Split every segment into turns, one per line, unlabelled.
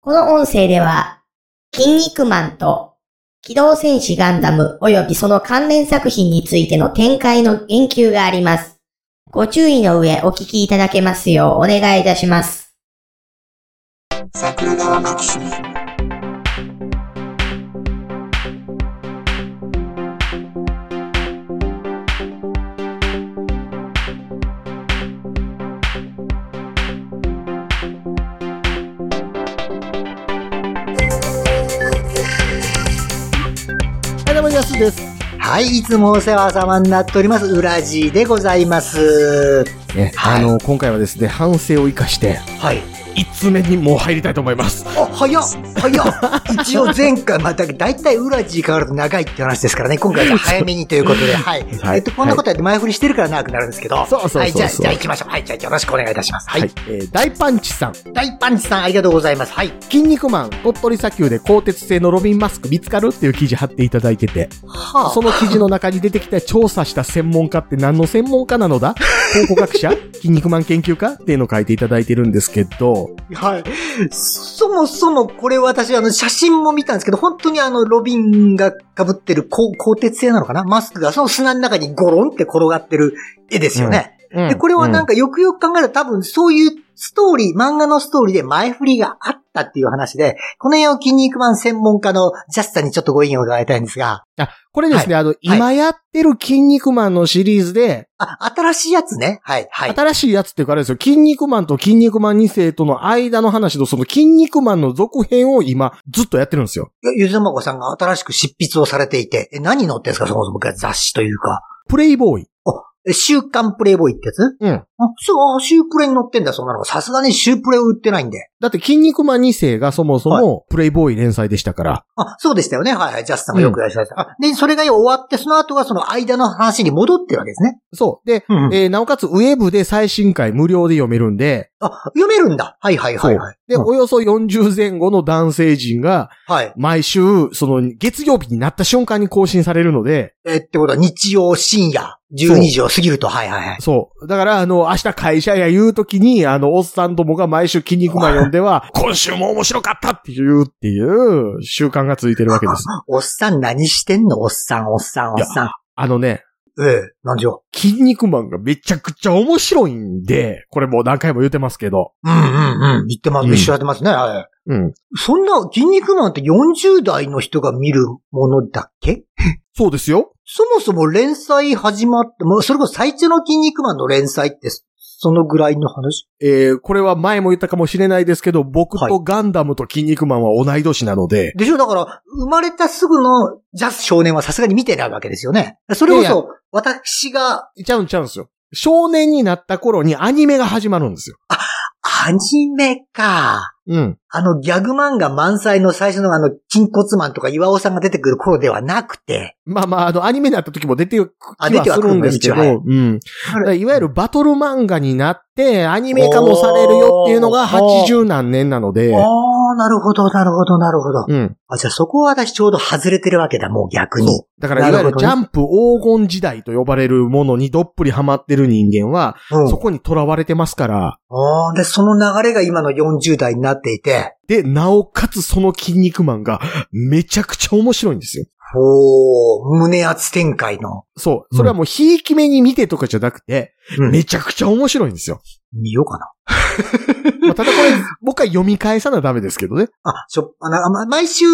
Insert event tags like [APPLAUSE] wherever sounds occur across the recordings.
この音声では、筋肉マンと機動戦士ガンダム及びその関連作品についての展開の言及があります。ご注意の上お聞きいただけますようお願いいたします。
桜川マキシム
はい、どうも、やすです。
はい、いつもお世話様になっております、ウラジーでございます。
ね、
はい
あの、今回はですね、反省を生かして、
はい。
一通目にもう入りたいと思います。
あ、早っ早
[LAUGHS]
っ一応前回、まあ、だだいたいウラジー変わると長いって話ですからね、今回は早めにということで、はい。
[LAUGHS] はい
えっと、こんなことやって前振りしてるから長くなるんですけど。
そうそうそうそう
はい、じゃあ、じゃあ行きましょう。はい、じゃあよろしくお願いいたします。は。
はいい。えー大パンチさん、
大パンチさん、ありがとうございます。はい。
筋肉マン、鳥取砂丘で鋼鉄製のロビンマスク見つかるっていう記事貼っていただいてて、
は
その記事の中に出てきた調査した専門家って何の専門家なの [LAUGHS] だ考古学者筋肉マン研究家っていうのを書いていただいてるんですけど、
はい。そもそもこれ私、あの、写真も見たんですけど、本当にあの、ロビンが被ってる鋼鋼鉄製なのかなマスクがその砂の中にゴロンって転がってる絵ですよね。で、これはなん
か、
かよくよく考えると多分そういうストーリー、漫画のストーリーで前振りがあったっていう話で、この辺を筋肉マン専門家のジャスさんにちょっとご意見を伺いたいんですが、
あ、これですね、あの、今やってる筋肉マンのシリーズで、
あ、新しいやつね。はい、はい。
新しいやつっていうかあれですよ、筋肉マンと筋肉マン2世との間の話のその筋肉マンの続編を今ずっとやってるんですよ。
ゆゆずまこさんが新しく執筆をされていて、え、何載ってんですかそもそも雑誌というか。
プレイボーイ。
え週刊プレイボーイってやつ
うん
あ、そう、あ週プレに載ってんだ、そんなの。さすがに週プレを売ってないんで。
だって筋肉マン2世がそもそもプレイボーイ連載でしたから。
あ、そうでしたよね。はいはい。ジャスさんがよくいらっしゃいました。あ、で、それが終わって、その後はその間の話に戻ってるわけですね。
そう。で、
うんうん
えーなおかつウェブで最新回無料で読めるんで、
あ、読めるんだ。はいはいはいはい。
で、
うん
およそ40前後の男性陣が
はい。
毎週、その月曜日になった瞬間に更新されるので、
え、ってことは日曜深夜、12時を過ぎると。はいはいはい。
そう。だから、あの、明日会社や言う時に、あの、おっさんどもが毎週筋肉マン読んでは、 [LAUGHS] 今週も面白かったっていうっていう習慣がついてるわけです。
おっさん何してんのおっさん、おっさん、おっさん。
[LAUGHS] あのね、
ええ、何でしょ
筋肉マンがめちゃくちゃ面白いんで、これもう何回も言ってますけど。
う。うんうんうん。言ってます。
うん
一緒やってますね。はい。
うん。
そんな、筋肉マンって40代の人が見るものだっけ
そうですよ。
そもそも連載始まって、もうそれこそ最初の筋肉マンの連載って、そのぐらいの話
えー、これは前も言ったかもしれないですけど、僕
は
とガンダムと筋肉マンは同い年なので、
でしょだから、生まれたすぐのジャス少年はさすがに見てないわけですよね。それこ
いやいや
そ、私が、
ちゃうんちゃうんですよ。少年になった頃にアニメが始まるんですよ。
アニメか。
うん。
あの、ギャグ漫画満載の最初のあの、筋骨マンとか岩尾さんが出てくる頃ではなくて、
まあまあ、あの、アニメになった時も出てく
あ
気
出
は
ては
す
くる
るん
ん
で
ですす
け
け
ど、
ど
うん。
あ
だから
れ
いわゆるバトル漫画になって、アニメ化もされるよっていうのが80何年なので、
あー、なるほど、なるほど、なるほど。
うん。
あ、じゃあそこは私ちょうど外れてるわけだ、もう逆に。
だから、いわゆ
な
る
るほ
ジ
どね
ャンプ黄金時代と呼ばれるものにどっぷりハマってる人間は、
うん
そこに囚われてますから、
あーで、その流れが今の40代になっていて、
で、なおかつその筋肉マンが [LAUGHS] めちゃくちゃ面白いんですよ。
おー、胸圧展開の。
そう。それはもう、ひいき目に見てとかじゃなくて、めちゃくちゃ面白いんですよ。
見ようかな。
まあ、ただこれ、僕は読み返さなダメですけどね。
あ、しょ、あなま毎週、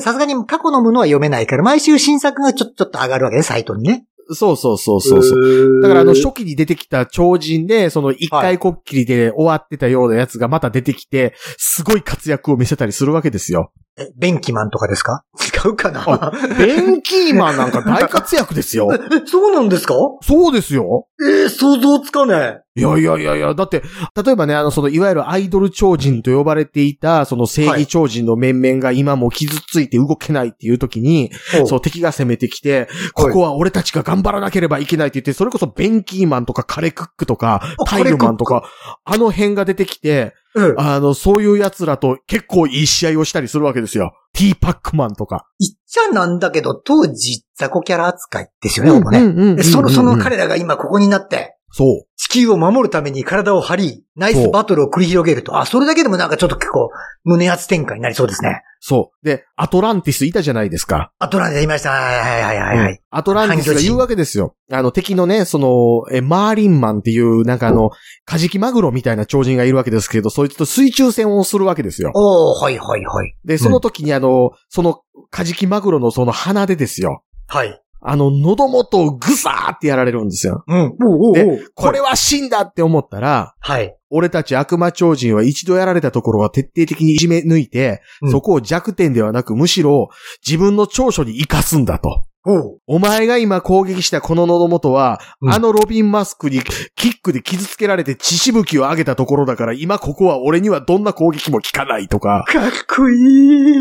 さすがに過去のものは読めないから、毎週新作がちょ、ちょっと上がるわけね、サイトにね。
そうそうそうそうそう。
う
だからあの初期に出てきた超人で、その一回こっきりで終わってたようなやつがまた出てきて、すごい活躍を見せたりするわけですよ。
え、ベンキマンとかですか違うかな
あベンキーマンなんか大活躍ですよ。
え、そうなんですか
[LAUGHS] そうですよ。
えー想像つかない。
いやいやいやいや、だって、例えばね、あの、その、いわゆるアイドル超人と呼ばれていた、その正義超人の面々が今も傷ついて動けないっていう時に、そう、敵が攻めてきて、ここは俺たちが頑張らなければいけないって言って、それこそベンキーマンとかカレクックとか、タイルマンとか、あの辺が出てきて、 [LAUGHS]
うん。
あの、そういう奴らと結構いい試合をしたりするわけですよ。ティーパックマンとか。
いっちゃなんだけど、当時、雑魚キャラ扱いですよね、ほぼね。
うんうんうんうんうん
でその、その彼らが今ここになって、
そう。
地球を守るために体を張り、ナイスバトルを繰り広げると。あ、それだけでもなんかちょっと結構、胸圧展開になりそうですね。
そう。で、アトランティスいたじゃないですか。
アトランティスいました。はいはいはいはいはい。
アトランティスが言うわけですよ。あの、敵のね、その、え、マーリンマンっていう、なんかあの、カジキマグロみたいな超人がいるわけですけど、そいつと水中戦をするわけですよ。
おー、はいはいはい。
で、その時にあの、その、カジキマグロのその鼻でですよ。
はい。
あの、喉元をグサーってやられるんですよ。
うん。おうおうおう
これは死んだって思ったら、
はい。
俺たち悪魔超人は一度やられたところは徹底的にいじめ抜いて、
うん
そこを弱点ではなくむしろ自分の長所に活かすんだと。
おう
お前が今攻撃したこの喉元は、
うん
あのロビンマスクにキックで傷つけられて血しぶきを上げたところだから今ここは俺にはどんな攻撃も効かないとか。
かっこいい。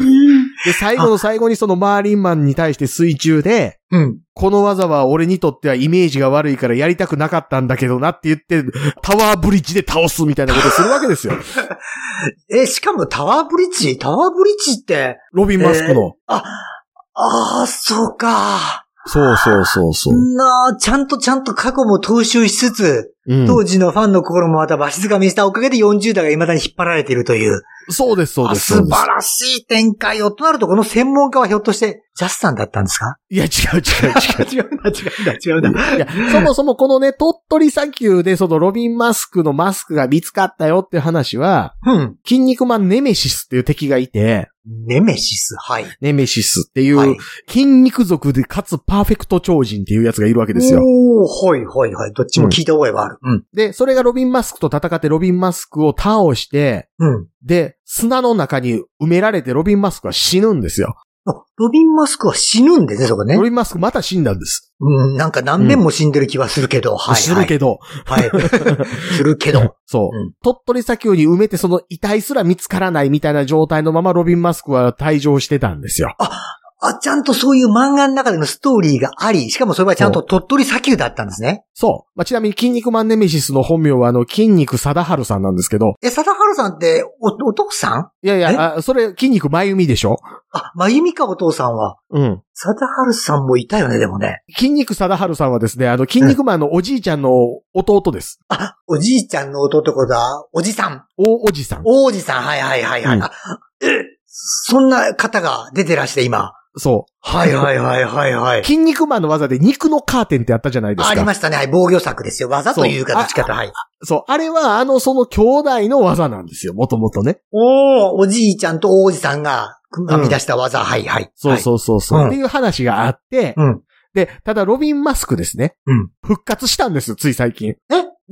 で、最後の最後にそのマーリンマンに対して水中で、
うん。
この技は俺にとってはイメージが悪いからやりたくなかったんだけどなって言って、タワーブリッジで倒すみたいなことをするわけで
[LAUGHS]
すよ。
え、しかもタワーブリッジタワーブリッジって、
ロビンマスクの。
あ、ああ、そうか。
そうそうそうそ
そ。んな、ちゃんとちゃんと過去も踏襲しつつ、
うん、
当時のファンの心もまたバシズが見せたおかげで40代が未だに引っ張られているという。
そうです、そう
あ
です。
素
そうです
晴らしい展開を。となると、この専門家はひょっとして、ジャスさんだったんですか
いや、違う違う違
[LAUGHS]
う。
違うんだ、違うんだ、違うんだ。
いや、そもそもこのね、鳥取砂丘でそのロビンマスクのマスクが見つかったよっていう話は、
うん。
筋肉マンネメシスっていう敵がいて、
ネメシス、はい。
ネメシスってい
は
う
い。
筋肉族でかつパーフェクト超人っていうやつがいるわけですよ。
おー、はい、はい、はい。どっちも聞いた覚えはある。うん。
で、それがロビンマスクと戦ってロビンマスクを倒して、
うん。
で、砂の中に埋められてロビンマスクは死ぬんですよ。
あ、ロビン・マスクは死ぬんですね、そこね
ロ。ビンマスクまた死んだんです。
うん、なんか何遍も死んでる気はするけど、はい、はい。
するけど、
はい。 [LAUGHS] するけど。
そう。
うん
鳥取砂丘に埋めてその遺体すら見つからないみたいな状態のままロビンマスクは退場してたんですよ。
あ、ちゃんとそういう漫画の中でのストーリーがあり、しかもそれはちゃんと鳥取砂丘だったんですね。
そう。まあ、ちなみに筋肉マンネメシスの本名はあの、筋肉貞治さんなんですけど、
え、貞治さんって、お、お父さん
いやいや、あそれ筋肉まゆみでしょ
あ、まゆみかお父さんは。
うん。
貞治さんもいたよね、でもね。
筋肉貞治さんはですね、あの、筋肉マンのおじいちゃんの弟です。
あ、おじいちゃんの弟だ、おじさん。
お、おじさん。
おじさん、はいはいはいはい。
うん
あえ、そんな方が出てらして、今。
そ
はいはいはいはいは
[LAUGHS] う。
い。
筋肉マンの技で肉のカーテンってあったじゃないですか。
ありましたね、はい。防御策ですよ。技というか、
そう
どっちかと、はい。
そう。あれは、あの、その兄弟の技なんですよ、もともとね。
おおおじいちゃんとおじさんが、編み出した技、はいはい。
そうそうそうそう、
うん
っていう話があって、
はい。うん。
で、ただロビンマスクですね。
うん
復活したんですよ、つい最近。い
え、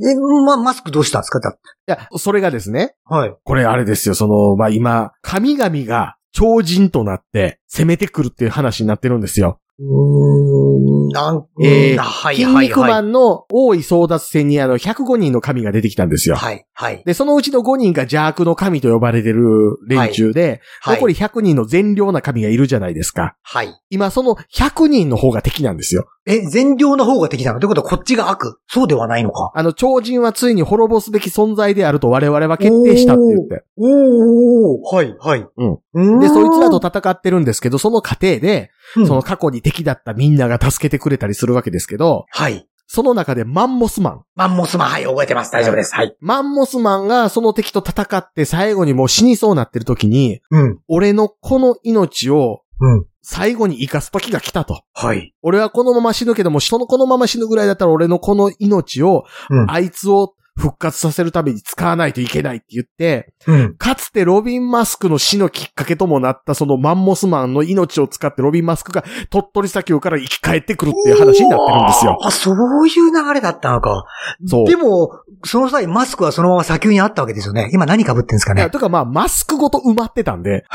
え、ま、マスクどうしたんですかだって。
や、それがですね、
はい。
これあれですよ、その、まあ、今、神々が超人となって攻めてくるっていう話になってるんですよ。
うーん、なん、
えー
うんはい
筋
はい
肉
は
マ
い。
ンの多い争奪戦にあの、105人の神が出てきたんですよ。
はい、はい。
で、そのうちの5人が邪悪の神と呼ばれてる連中で、
はい。
残り100人の善良な神がいるじゃないですか。
はい。
今、その100人の方が敵なんですよ。
え、善良の方が敵なのってことはこっちが悪そうではないのか
あの、超人はついに滅ぼすべき存在であると我々は決定したって言って。
おおはい、はい。うん。
で、そいつらと、戦ってるんですけど、その過程で、
うん
その過去に敵だったみんなが助けてくれたりするわけですけど、
はい。
その中でマンモスマン。
マンモスマン、はい、覚えてます。大丈夫です。はい。
マンモスマンがその敵と戦って最後にもう死にそうなってる時に、
うん。
俺のこの命を
うん。
最後に生かす時が来たと。
はい。
俺はこのまま死ぬけども、人のこのまま死ぬぐらいだったら俺のこの命を、
うん
あいつを復活させるために使わないといけないって言って、
うん。
かつてロビンマスクの死のきっかけともなったそのマンモスマンの命を使ってロビンマスクが鳥取砂丘から生き返ってくるっていう話になってるんですよ。
あ、そういう流れだったのか。
そう。
でも、その際、マスクはそのまま砂丘にあったわけですよね。今何被ってんですか
いや
ね。
とかまあ、マスクごと埋まってたんで。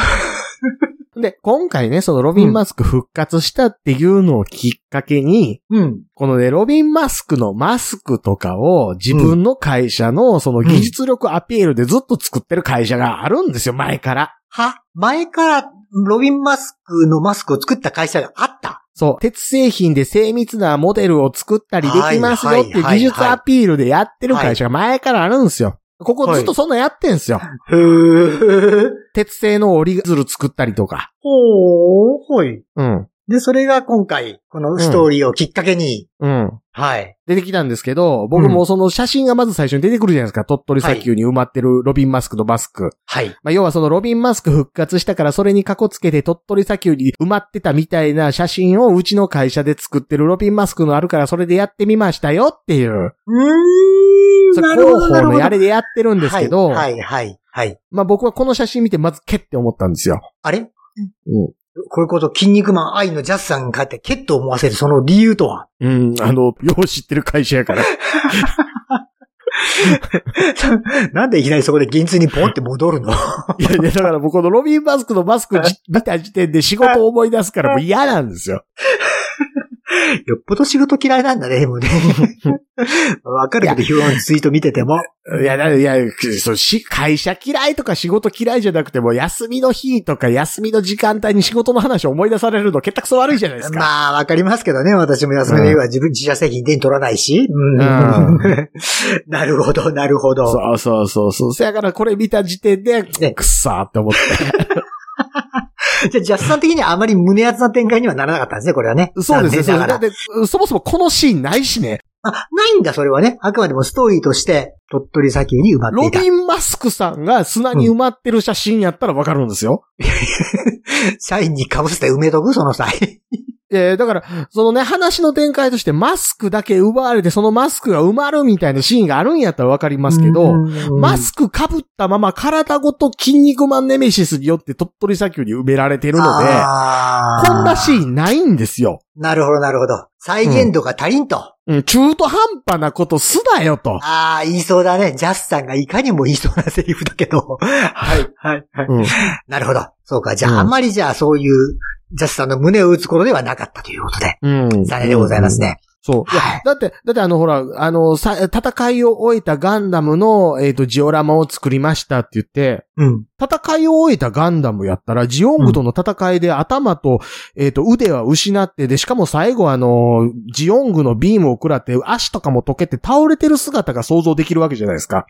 で、今回ね、そのロビンマスク復活したっていうのをきっかけに、
うん。
このね、ロビンマスクのマスクとかを自分の会社のその技術力アピールでずっと作ってる会社があるんですよ、前から。
は、前から、ロビンマスクのマスクを作った会社があった。
そう、鉄製品で精密なモデルを作ったりできますよっていう技術アピールでやってる会社が前からあるんですよ。ここずっとそんなんやってんすよ。
へー。
鉄製の折り鶴作ったりとか。
ほー、はい。
うん。
で、それが今回、このストーリーをきっかけに、
うん。
はい。
出てきたんですけど、僕もその写真がまず最初に出てくるじゃないですか。鳥取砂丘に埋まってるロビンマスクのマスク。
はい。
まあ、要はそのロビンマスク復活したからそれにカコつけて鳥取砂丘に埋まってたみたいな写真をうちの会社で作ってるロビンマスクのあるからそれでやってみましたよっていう。 [LAUGHS]
うー
そ
ん、
れ
なるほど。
広報
なる
の
ほ
や
ど。
れでやってるんですけど、
はい、はい、はい。はい
まあ僕はこの写真見てまずけって思ったんですよ。
あれ
うん。
これこそ、筋肉マン愛のジャスさんが帰って、ケッと思わせるその理由とは [LAUGHS]
うん、あの、よう知ってる会社や [LAUGHS] から。
なんでいきなりそこで現実にポンって戻
[LAUGHS]
るの
いやいや、だから僕このロビンマスクのマスク [LAUGHS] じ見た時点で仕事を思い出すからもう嫌なんですよ。
よっぽど仕事嫌いなんだね、でもね。 [LAUGHS] わかるけど、ヒューマンツイート見てても。
いや、だいや、そうし、会社嫌いとか仕事嫌いじゃなくても、休みの日とか休みの時間帯に仕事の話を思い出されるの、結託そ悪いじゃないですか。
まあ、わかりますけどね。私も休みの日は自分自社製品手に取らないし。うん
うん
[LAUGHS] なるほど、なるほど。
そうそうそうそう。せやからこれ見た時点で、
ね
くっさーって思って。
じゃあ、ジャスさん的にはあまり胸熱な展開にはならなかったんですね、これはね。
そうですね。
残
そう
念な
だっ
がら。
て、そもそもこのシーンないしね。
あ、ないんだ、それはね。あくまでもストーリーとして、鳥取砂丘に埋まって
ロ
いた
ビ。ン・マスクさんが砂に埋まってる写真やったらわかるんですよ。
社員に被せて埋めとく、その際。
えーだから、そのね、話の展開としてマスクだけ奪われて、そのマスクが埋まるみたいなシーンがあるんやったらわかり [LAUGHS] ますけ
う
ど、
ん
マスク被ったまま体ごと筋肉マンネメシスによって鳥取砂丘に埋められてるので、
あー
こんなシーンないんですよ。
なるほど、なるほど。再現度が足りんと。
うん、中途半端なことすなよと。
ああ、言いそうだね。ジャスさんがいかにも言いそうなセリフだけど。はい、はい、はい。
うん
なるほど。そうか。じゃあ、
うん
あんまりじゃあ、そういう、ジャスさんの胸を打つことではなかったということで。
うん。
残念でございますね。
そう。い
は
や
い、
だって、だってあの、ほら、あの、さ、戦いを終えたガンダムの、えっ、と、ジオラマを作りましたって言って、
うん。
戦いを終えたガンダムやったら、ジオングとの戦いで頭と、えっ、と、腕は失って、で、しかも最後あの、ジオングのビームを食らって、足とかも溶けて倒れてる姿が想像できるわけじゃないですか。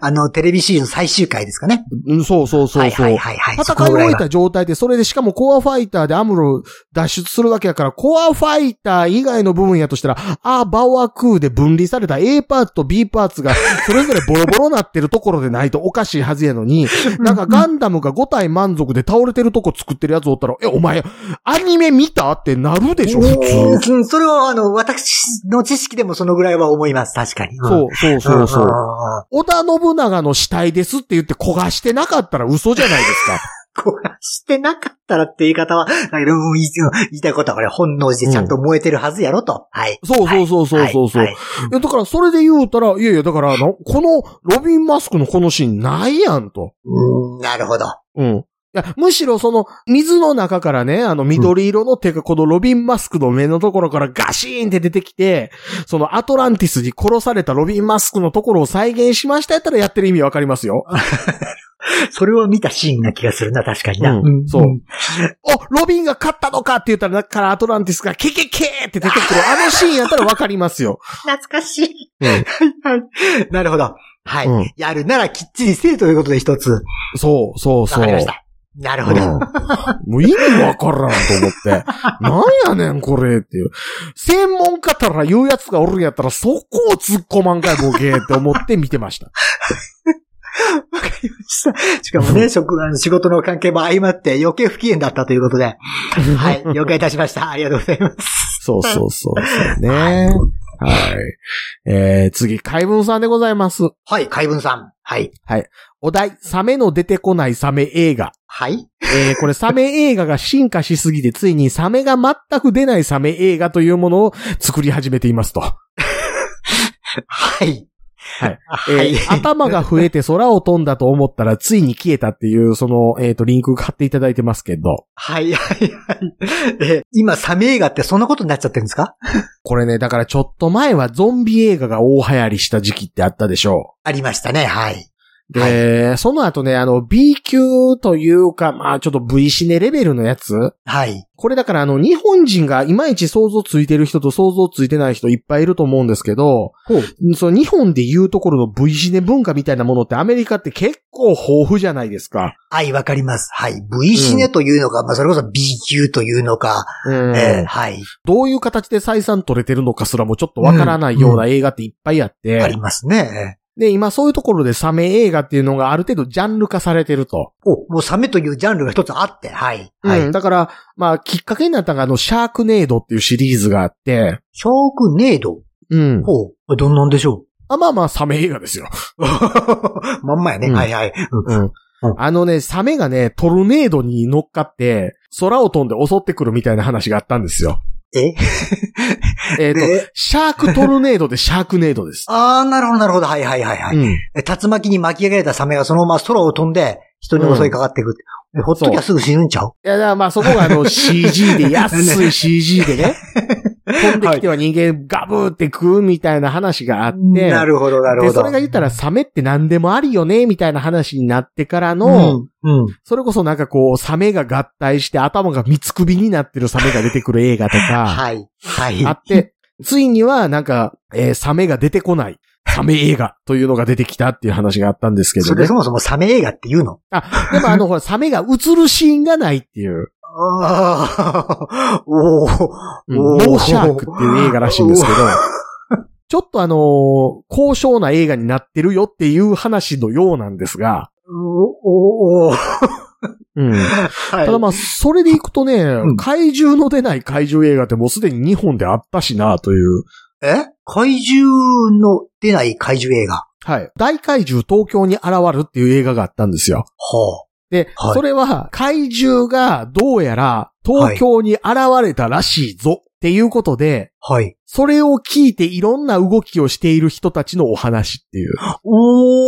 あの、テレビシリーズ最終回ですかね。
うん、そうそうそうそう。
はいはいはいはい。
戦い
そ
を
のぐら
終え
は
た状態で、それでしかもコアファイターでアムロ脱出するわけやから、コアファイター以外の部分やとしたら、あーバオアクーで分離された A パーツと B パーツが、それぞれボロボロなってるところでないとおかしいはずやの
[LAUGHS]
に、なんかガンダムが5体満足で倒れてるとこ作ってるやつおったら、え、お前、アニメ見たってなるでしょ、普通。
うん、それは、あの、私の知識でもそのぐらいは思います。確かに。うん
そうそうそうそう。
ん
織田信長の死体ですって言って焦がしてなかったら嘘じゃないですか。
焦がしてなかったらって言い方は、だけど、うん言い言いたいことはこれ、本能寺でちゃんと燃えてるはずやろと。はい。
そうそうそうそうそうそう
はい。。
いや、だから、それで言うたら、いやいや、だから、あのこの、ロビンマスクのこのシーンないやんと。
うん、なるほど。
うん。いや、むしろその、水の中からね、あの、緑色の手が、このロビンマスクの目のところからガシーンって出てきて、その、アトランティスに殺されたロビンマスクのところを再現しましたやったらやってる意味わかりますよ。あ、
それは見たシーンな気がするな、確かにな。
うんそうんロビンが勝ったのかって言ったら、中からアトランティスが、ケケケーって出てくる、あのシーンやったらわかりますよ。
懐かしい。
うん
はい。なるほど。はい。
うん
やるならきっちりせえということで一つ。わ
そう、そう、そう。
かりました。なるほど。
うん、もう意味わからんと思 [LAUGHS] って。なんやねん、これっていう。専門家たら言うやつがおるんやったら、そこを突っ込まんかい、ボケーって思って見てま [LAUGHS] した。
わかりま [LAUGHS] した。しかもね、職、あの仕事の関係も相まって余計不機嫌だったということ
[LAUGHS]
で。はい。了解いたしました。ありがとうございます。
そうそうそうそうね。はい。えー、次、海文さんでございます。
はい、海文さん。はい。
お題、サメの出てこないサメ映画。
はい。
えー、これサメ映画が進化しすぎて、ついにサメが全く出ないサメ映画というものを作り始めていますと。
はい。
はい。えー
はい。 [LAUGHS]
頭が増えて空を飛んだと思ったらついに消えたっていう、その、えっ、と、リンク貼っていただいてますけど。
はい、はい、 [LAUGHS] はい。え、今、サメ映画ってそんなことになっちゃってるんですか
これね、だからちょっと前はゾンビ映画が大流行りした時期ってあったでしょ
ありましたね、はい。
う。で、その後ね、あの、B 級というか、まあちょっと V シネレベルのやつ。
はい。
これだからあの、日本人がいまいち想像ついてる人と想像ついてない人いっぱいいると思うんですけど、
ほう。
その日本で言うところの V シネ文化みたいなものってアメリカって結構豊富じゃないですか。
はい、わかります。はい。V シネというのか、まあ、それこそ B 級というのか、
うん
えーはい。
どういう形で採算取れてるのかすらもちょっとわからないような映画っていっぱいあって、
ありますね。
で、今そういうところでサメ映画っていうのがある程度ジャンル化されてると。
お、もうサメというジャンルが一つあって、はい。はい。
うんだから、まあ、きっかけになったのが、あの、シャークネードっていうシリーズがあって、
シャークネード。
うん。
ほう。 [LAUGHS] どんなんでしょ
あまあまあ、サメ映画ですよ。
うまんまやね。
うん
はいはい。うん
うん。あのね、サメがね、トルネードに乗っかって、空を飛んで襲ってくるみたいな話があったんですよ。
え
えっ、と、
え
シャークトルネードでシャークネードです。
あー、なるほどなるほど。はいはいはいはい。
うん。
え竜巻に巻き上げられたサメがそのまま空を飛んで、人に襲いかかってくる。えほっときゃすぐ死ぬんちゃう
いや、だからまあそこがあ
[LAUGHS]
の CG で、安い CG でね、飛んできては人間ガブーって食うみたいな話があって、
なるほどなる
で、
ほど。
それが言ったらサメって何でもありよね、みたいな話になってからの、
うん、うん。
それこそなんかこう、サメが合体して頭が三つ首になってるサメが出てくる映画とか、
はい。はい。
あって、ついにはなんか、えーサメが出てこない。サメ映画というのが出てきたっていう話があったんですけど
それ
ね
そ。もそもサメ映画っていうの
あ、でもあの、ほら、サメが映るシーンがないっていう、
ああ、おー
うん、ノーシャークっていう映画らしいんですけど、 [LAUGHS] ちょっとあのー高尚な映画になってるよっていう話のようなんですが、
おーおーおー
うん。
はい。
ただまあ、それでいくとね、
ん
怪獣の出ない怪獣映画ってもうすでに日本であったしなという。
え怪獣の出ない怪獣映画。は
はい。大怪獣東京に現るっていう映画があったんですよ。で、
はい
それは怪獣がどうやら東京に現れたらしいぞっていうことで、
あ。はい。
それを聞いていろんな動きをしている人たちのお話っていう。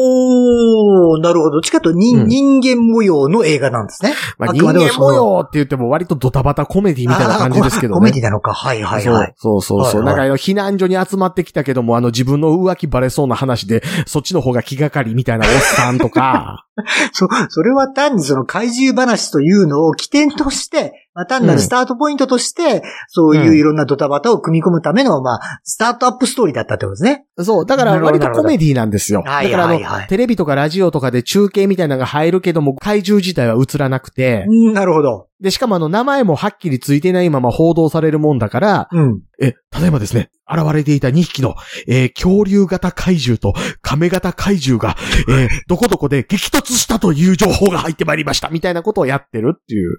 おー、なるほど。どっちかというと人、
うん
人間模様の映画なんですね。
まあ、
あく
人
までも
間
その
模様って言っても割とドタバタコメディみたいな感じですけ
あーコ
ど
コメ
ね
デ。ィなのか。はいはい
そ
は
う
い。
そうそうそう。
はいはい
なんかあの、避難所に集まってきたけども、あの、自分の浮気バレそうな話で、そっちの方が気がかりみたいなおっさんとか、
そ、それは単にその怪獣話というのを起点として、まあ、単なるスタートポイントとして、そういういろんなドタバタを組み込むための、まあ、スタートアップストーリーだったってことですね。
[LAUGHS] そう、だから割とコメディなんですよ。
な
だか
るほど
らあ
はい
の
はいはい、
テレビとかラジオとかで中継みたいなのが入るけども、怪獣自体は映らなくて、
うんなるほど。
で、しかもあの、名前もはっきりついてないまま報道されるもんだから、
うん。
え、例えばですね、現れていた2匹の、えー恐竜型怪獣と亀型怪獣が、えーどこどこで激突したという情報が入ってまいりました、みたいなことをやってるって [LAUGHS] いう。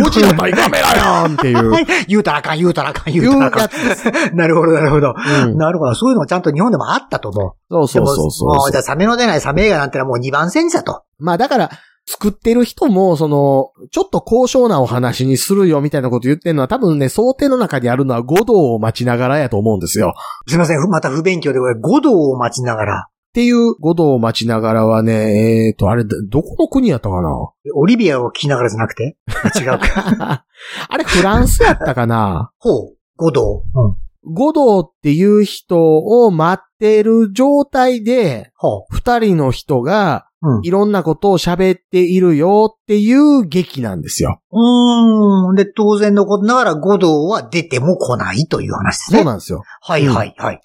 あゴジラ対カメラやんっていう。
はい言うたらあかん、言うたらあかん、
い
言うた
う
らあ
や
か
つです。
ん。 [LAUGHS] なるほど、なるほど。
うん
なるほど。そういうのがちゃんと日本でもあったと思う。
そうそうそう
でもも
そう
じゃあサメの出ないサメ映画なんてのはもう2番戦時だと。
まあだから、作ってる人も、その、ちょっと高尚なお話にするよみたいなこと言ってるのは多分ね、想定の中にあるのは五道を待ちながらやと思うんですよ。
すいません。ふまた不勉強でこれ、五道を待ちながら。
っていう五道を待ちながらはね、えーと、あれ、どどこの国やったかな
オリビアを聞きながらじゃなくて違うか。
[LAUGHS] あれ、フランスやったかな
ほう。五道。うん。
五道っていう人を待ってる状態で、
ほ
二人の人が
う。うん。
いろんなことを喋っているよっていう劇なんですよ。
うーん。で、当然のことながら五道は出ても来ないという話ですね。
そうなんですよ。
はいはいはい。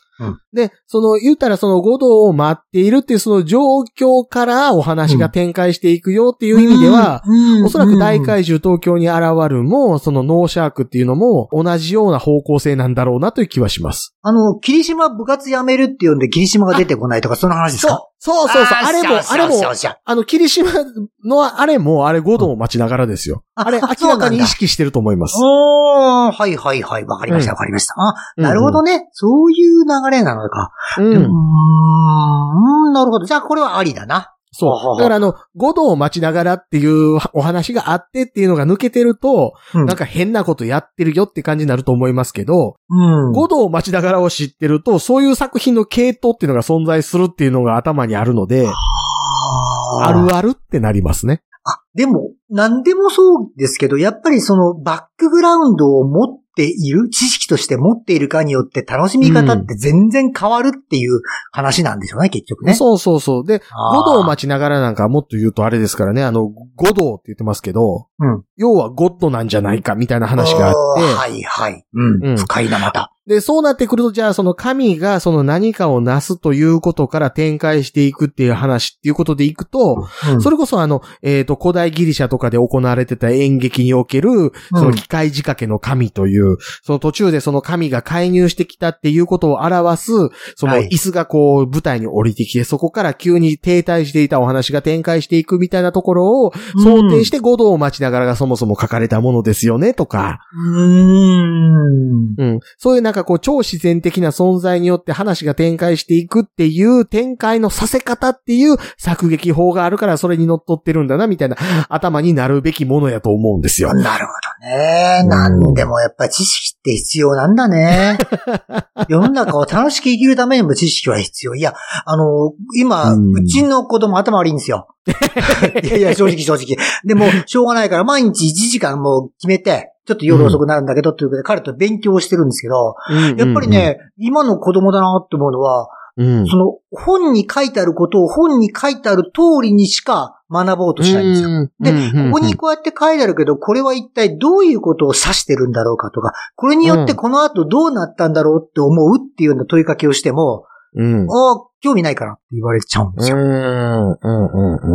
で、その、言ったらその五道を待っているっていうその状況からお話が展開していくよっていう意味では、
うん、
おそらく大
うん
怪獣東京に現るも、そのノーシャークっていうのも同じような方向性なんだろうなという気はします。
あの、霧島部活やめるって呼んで霧島が出てこないとか、その話ですか
そうそうそう。あれも、あれも、
れも、
あの、霧島のあれも、あれ5度を待ちながらですよ。
あ
あれ、明
そう
ら
なんだ
かに意識してると思います。
おー、はいはいはい。わかりました、
うん
わかりました。あ、
うん
なるほどね。そういう流れなのか。
う
うー
ん。
ん、なるほど。じゃあこれはありだな。
そう。だからあの、5度を待ちながらっていうお話があってっていうのが抜けてると、
うん
なんか変なことやってるよって感じになると思いますけど、
うん。
5度を待ちながらを知ってると、そういう作品の系統っていうのが存在するっていうのが頭にあるので、
あ
あるあるってなりますね。
あ、でも、なんでもそうですけど、やっぱりそのバックグラウンドを持っっている、知識として持っているかによって楽しみ方って全然変わるっていう話なんでしょうね、結局ね。
そうそうそう。で、
あー
五道を待ちながらなんかもっと言うとあれですからね、あの、五道って言ってますけど、
うん
要はゴッドなんじゃないかみたいな話があ
おー
っ
はいはい。うん。
うん
深いな、また。
て、で、そうなってくると、じゃあその神がその何かをなすということから展開していくっていう話っていうことでいくと、
うん
それこそあの、えっ、と、古代ギリシャとかで行われてた演劇における、その機械仕掛けの神という、その途中でその神が介入してきたっていうことを表す、その
はい
椅子がこう舞台に降りてきて、そこから急に停滞していたお話が展開していくみたいなところを想定して五道を待ちながらがそもそも書かれたものですよねとか、
うん。
うん。そういうなんかこう超自然的な存在によって話が展開していくっていう展開のさせ方っていう作劇法があるからそれに乗っ取ってるんだなみたいな頭になるべきものやと思うんですよ。
なるほどね。なんでもやっぱ知識って必要なんだ [LAUGHS] ね。世の中を楽しく生きるためにも知識は必要。いや、あの、今、
う
うんちの子供頭悪いんです [LAUGHS] よ。いやいや、正直正直。でも、しょうがないから毎日1時間もう決めて、ちょっと夜遅くなるんだけど、ということで彼と勉強してるんですけど、やっぱりね、今の子供だなって思うのは、
うん、うん、
その本に書いてあることを本に書いてある通りにしか学ぼうとしないんですよ。で、ここにこうやって書いてあるけど、これは一体どういうことを指してるんだろうかとか、これによってこの後どうなったんだろうって思うっていうような問いかけをしても、
うん、
ああ、興味ないからって言われちゃうんですよ。
うん、うん、う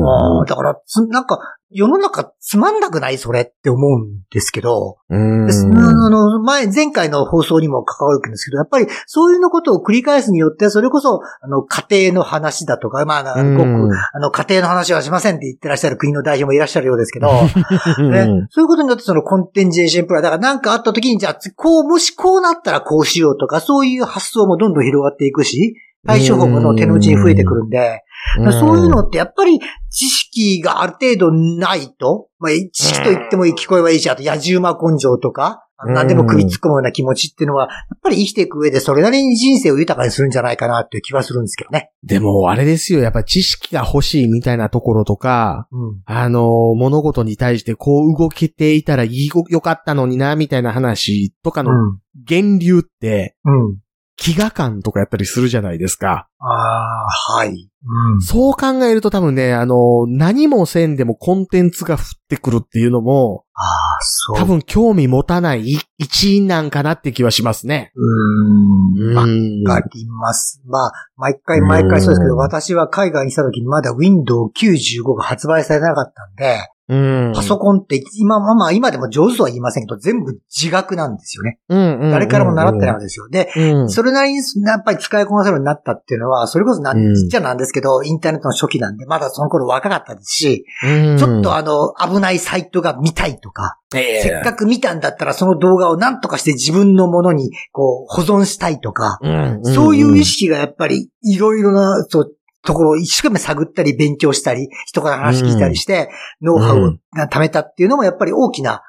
ん、
ああだからつ、なんか、世の中つまんなくないそれって思うんですけど、
うん。
ですあの、前、前回の放送にも関わるんですけど、やっぱりそういうのことを繰り返すによって、それこそ、あの、家庭の話だとか、まあ、あのごく、あの、家庭の話はしませんって言ってらっしゃる国の代表もいらっしゃるようですけど、ね、そういうことによってそのコンテンジェーションプラン、だからなんかあった時に、じゃあ、こう、もしこうなったらこうしようとか、そういう発想もどんどん広がっていくし、対処法もどんどん手の内に増えてくるんで、そういうのってやっぱり知識がある程度ないと、まあ、知識と言ってもいい、聞こえはいいし、あと野じ馬根性とか、
うん
何でも首突っ込むような気持ちっていうのは、やっぱり生きていく上でそれなりに人生を豊かにするんじゃないかなっていう気はするんですけどね。
でも、あれですよ。やっぱ知識が欲しいみたいなところとか、
うん。
あの、物事に対してこう動けていたらいいごよかったのにな、みたいな話とか
う
の
ん。
源流って、
うん。
飢餓感とかやったりするじゃないですか。
ああ、はい。うん。
そう考えると多分ね、あの、何もせんでもコンテンツが降ってくるっていうのも、
ああ、そう。
多分興味持たない一因なんかなって気はしますね。
うーん。わ
ん
かります。まあ、毎回毎回そうですけ
う
ど、
ん
私は海外にした時にまだ Windows 95が発売されてなかったんで、
うん
パソコンって今、まあまあ今でも上手とは言いませんけど、全部自学なんですよね。誰からも習ってないわけですよ。で、
うん。
それなりにやっぱり使いこなせるようになったっていうのは、それこそな
うん
んちっちゃなんですけど、インターネットの初期なんで、まだその頃若かったですし、ちょっとあの、危ないサイトが見たいとか、せっかく見たんだったらその動画を何とかして自分のものにこう保存したいとか、
く
そういう意識がやっぱりいろいろなそうところを一生懸命探ったり勉強したり、人から話聞いたりして、ノウハウを貯めたっていうのもやっぱり大きな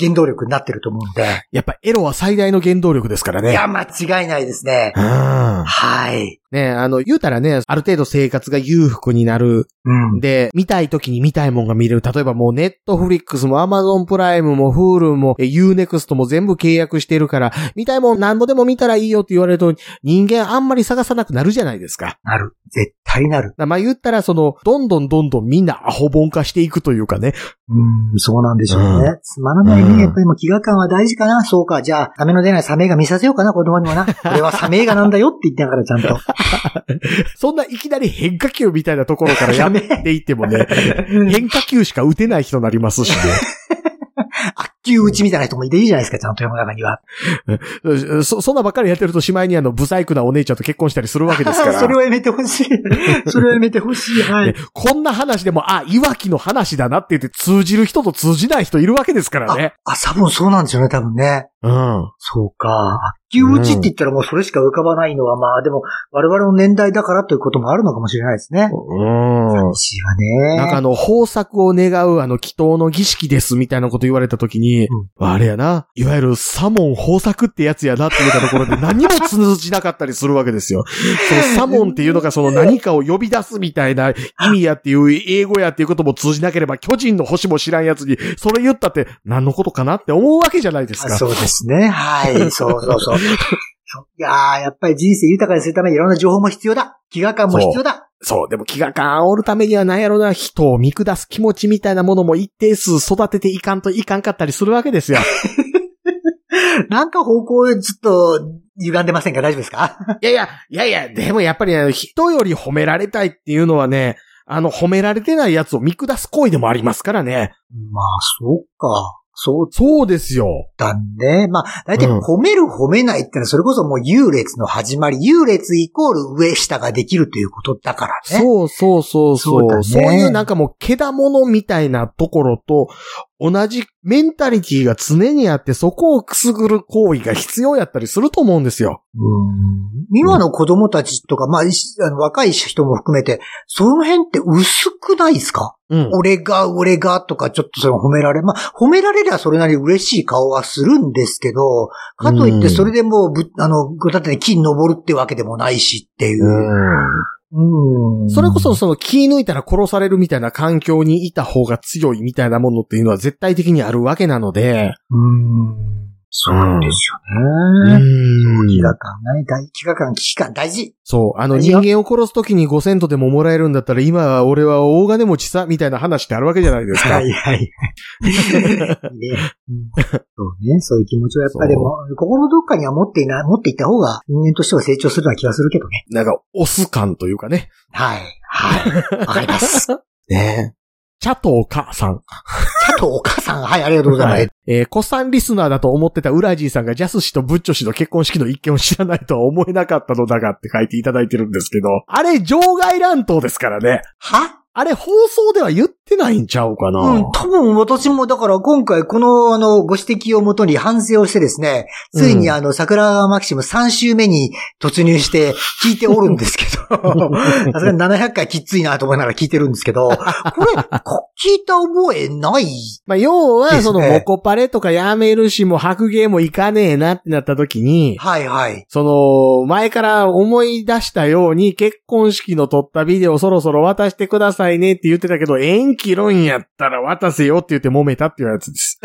原動力になってると思うんで、
やっぱエロは最大の原動力ですから
い
ね。
や、間違いないですね
う。ん
はい。
ねあの、言うたらね、ある程度生活が裕福になる。
うん。
で、見たい時に見たいもんが見れる。例えばもうネットフリックスもアマゾンプライムも Hulu もえ Unext も全部契約してるから、見たいもん何度でも見たらいいよって言われると、人間あんまり探さなくなるじゃないですか。
なる。絶対なる。
だまあ言ったら、その、どんどんどんどんみんなアホ本化していくというかね。 [LAUGHS]
うん、そうなんでしょうね。つまらないね。やっぱりもう飢餓感は大事かな。そうか。じゃあ、サメの出ないサメ映画見させようかな、子供にもな。これはサメ映画なんだよって言ってながらちゃんと。 [LAUGHS]
そんないきなり変化球みたいなところからやめていっても [LAUGHS] ね、変化球しか打てない人になりますしね。
[LAUGHS] 悪球打ちみたいな人もいていいじゃないですか、ちゃんと世の中には。
そ、そんなばっかりやってるとしまいにあの、不細工なお姉ちゃんと結婚したりするわけですから。
[LAUGHS] それはやめてほしい。それはやめてほしい。は
ね
い。
こんな話でも、あ、いわきの話だなって言って通じる人と通じない人いるわけですからね。
あ、多分そうなんですよね、多分ね。
うん。
そうか。悪旧宇治って言ったらもうそれしか浮かばないのは、まあでも、我々の年代だからということもあるのかもしれないですね。
うん
寂。しいわね。
なんかあの、豊作を願うあの、祈祷の儀式ですみたいなこと言われたときに、
うん
あれやな、いわゆるサモン豊作ってやつやなって言ったところで何も通じなかったりするわけです [LAUGHS] よ。そのサモンっていうのがその何かを呼び出すみたいな意味やっていう英語やっていうことも通じなければ巨人の星も知らんやつにそれ言ったって何のことかなって思うわけじゃないです
あ
か。
そうですね。はい。そうそうそう。そういやー、やっぱり人生豊かにするためにいろんな情報も必要だ。飢餓感も必要だ。
そう、でも気が感おるためには何やろな、人を見下す気持ちみたいなものも一定数育てていかんといかんかったりするわけですよ。
なんか方向へずっと歪んでませんか大丈夫ですか
いやいや、いやいや、でもやっぱりね、人より褒められたいっていうのはね、あの、褒められてないやつを見下す行為でもありますからね。
まあ、そうか。そう
そうですよ。
だね。まあ、大体
うん
褒める褒めないってのはそれこそもう優劣の始まり、優劣イコール上下ができるということだからね。
そうそうそうそう。
そう
そう,、
だね
いうなんかもう、けだものみたいなところと、同じメンタリティが常にあって、そこをくすぐる行為が必要やったりすると思うんですよ。
うん今の子供たちとか、まあ、いしあの若い人も含めて、その辺って薄くないですか
うん。
俺が、俺がとか、ちょっとそれ褒められ、まあ、褒められりゃそれなりに嬉しい顔はするんですけど、かといってそれでもうぶ、あの、ぐたってに木に登るってわけでもないしっていう。うん。
それこそ、その気抜いたら殺されるみたいな環境にいた方が強いみたいなものっていうのは絶対的にあるわけなので。
うん。そうなんです
う
よね。
ん
飢餓感ない、大飢餓感、危機感大事。
そう。あの、
何
人
が
間を殺すときに5セントでももらえるんだったら、今は俺は大金持ちさ、みたいな話ってあるわけじゃないですか。
[LAUGHS] はい。いいねうんそうね、そういう気持ちをやっぱりでも、心のどっかには持っていな、持っていった方が人間としては成長するような気がするけどね。
なんか、オス感というかね。
はい。はい。わかり [LAUGHS] ます。
ねチャトお母さん。
佐藤お母さん、はい、ありがとうございます。
はいえー、子さんリスナーだと思ってたウラジーさんがジャス氏とブッチョ氏の結婚式の一件を知らないとは思えなかったのだがって書いていただいてるんですけど、 [LAUGHS] あれ、場外乱闘ですからね。
は
あれ、放送では言ってないんちゃうかな。
うん、多分私もだから今回このあのご指摘をもとに反省をしてですね、ついにあの桜川マキシム3週目に突入して聞いておるんです
[LAUGHS]
けど、さすがに700回きっついなと思いながら聞いてるんですけど、これ、こ聞いた覚えない
まあ、要
で
は、
す
その、
ね
モコパレとかやめるし、もう白芸もいかねえなってなった時に、
はいはい。
その、前から思い出したように、結婚式の撮ったビデオそろそろ渡してくださいねって言ってたけど、縁切るんやったら渡せよって言って揉めたっていうやつ
[LAUGHS]
です。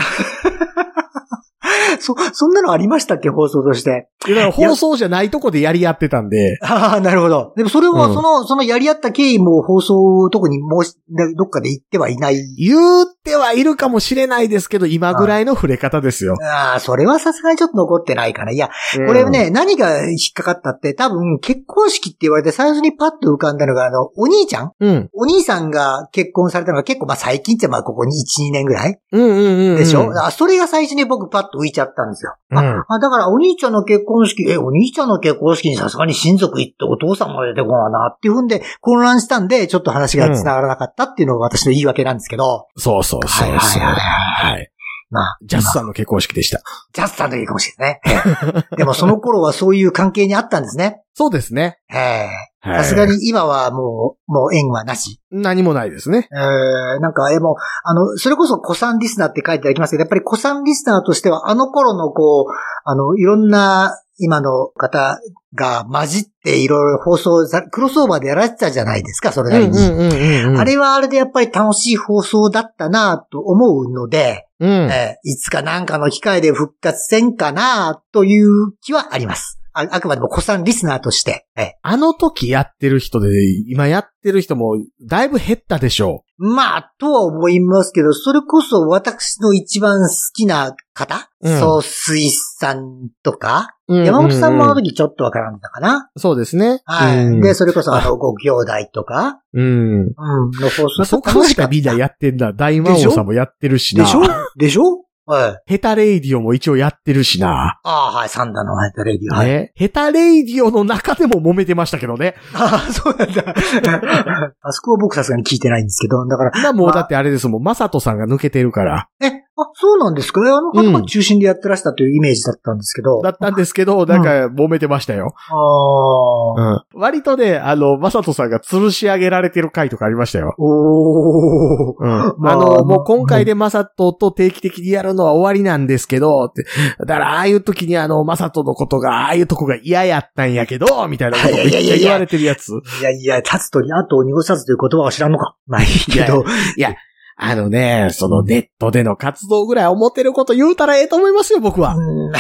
そ、そんなのありましたっけ放送として。
だから放送じゃないとこでやり合ってたんで、
ああ、なるほど。でもそれ
う
は
ん
その、そのやり合った経緯も放送特にもうし、どっかで言ってはいない。
言ってはいるかもしれないですけど、今ぐらいの触れ方ですよ。
ああ、それはさすがにちょっと残ってないかな。いや、こ
こ
れ、ね、何が引っかかったって、多分結婚式って言われて最初にパッと浮かんだのが、あの、お兄ちゃん
うん。
お兄さんが結婚されたのが結構まあ最近ってまあここに1、2年ぐらい
うんうんうんうん。
でしょ、あそれが最初に僕パッと浮いちゃったんですよ。
うん
ああだからお兄ちゃんの結婚式、え、お兄ちゃんの結婚式にさすがに親族行ってお父さんも出てこないなっていうんで混乱したんで、ちょっと話が繋がらなかったっていうのが私の言い訳なんですけど。
そうそうそうそ
は
う。
いはいはいはい
はい。
まあ、
ジャスさんの結婚式でした。
ジャスさんの時かもしれないね。でもその頃はそういう関係にあったんですね。
そうですね。
ええ
は
さ
い
すがに今はもう、もう縁はなし。
何もないですね。
えー、なんか、え、もう、あの、それこそ子さんリスナーって書いてありますけど、やっぱり子さんリスナーとしては、あの頃のこう、あの、いろんな今の方が混じっていろいろ放送さ、クロスオーバーでやられてたじゃないですか、それなりに。
うんうんうん
あれはあれでやっぱり楽しい放送だったなと思うので、
うん。
えーいつかなんかの機会で復活せんかなという気はあります。ああくまでも子さんリスナーとして。えー
あの時やってる人で、今やってる人も、だいぶ減ったでしょ
まあ、とは思いますけど、それこそ私の一番好きな方、
うん
総水さんとか、
う。
山本さんもあの時ちょっとわからんだかな。
そうですね。
はい。で、
で、
それこそあの、ご兄弟とか、
うん。
うん、の放
ま
送
あ、そ
と
こ
か。
までがみんなやってんだ。大魔王さんもやってるしな。
でしょでしょはい。
ヘタレイディオも一応やってるしな。
ああ、はい、サンダーのハイトレディオ。はい。
ね。ヘタレイディオの中でも揉めてましたけどね。
[LAUGHS] ああ、そうなんだ。 [LAUGHS] あそこは僕さすがに聞いてないんですけど、だから、
今もうだってあれですもん、マサトさんが抜けてるから。
え、あ、そうなんですかね。あの方が中心でやってらしたというイメージだったんですけど。
だったんですけど、なんか、揉めてましたよ。
ああ。
うん。割とね、あの、まさとさんが吊るし上げられてる回とかありましたよ。
おー。
うん。あ
まあ
の、もう今回でマサトと定期的にやるのは終わりなんですけど、って。だから、ああいう時にあの、マサトのことが、ああいうとこが嫌やったんやけど、みたいなことめっちゃ言われてるやつ。
いやいや、立つとに後を濁さずという言葉は知らんのか。まあいいけど。
あのね、そのネットでの活動ぐらい思ってること言うたらええと思いますよ、僕は。
うん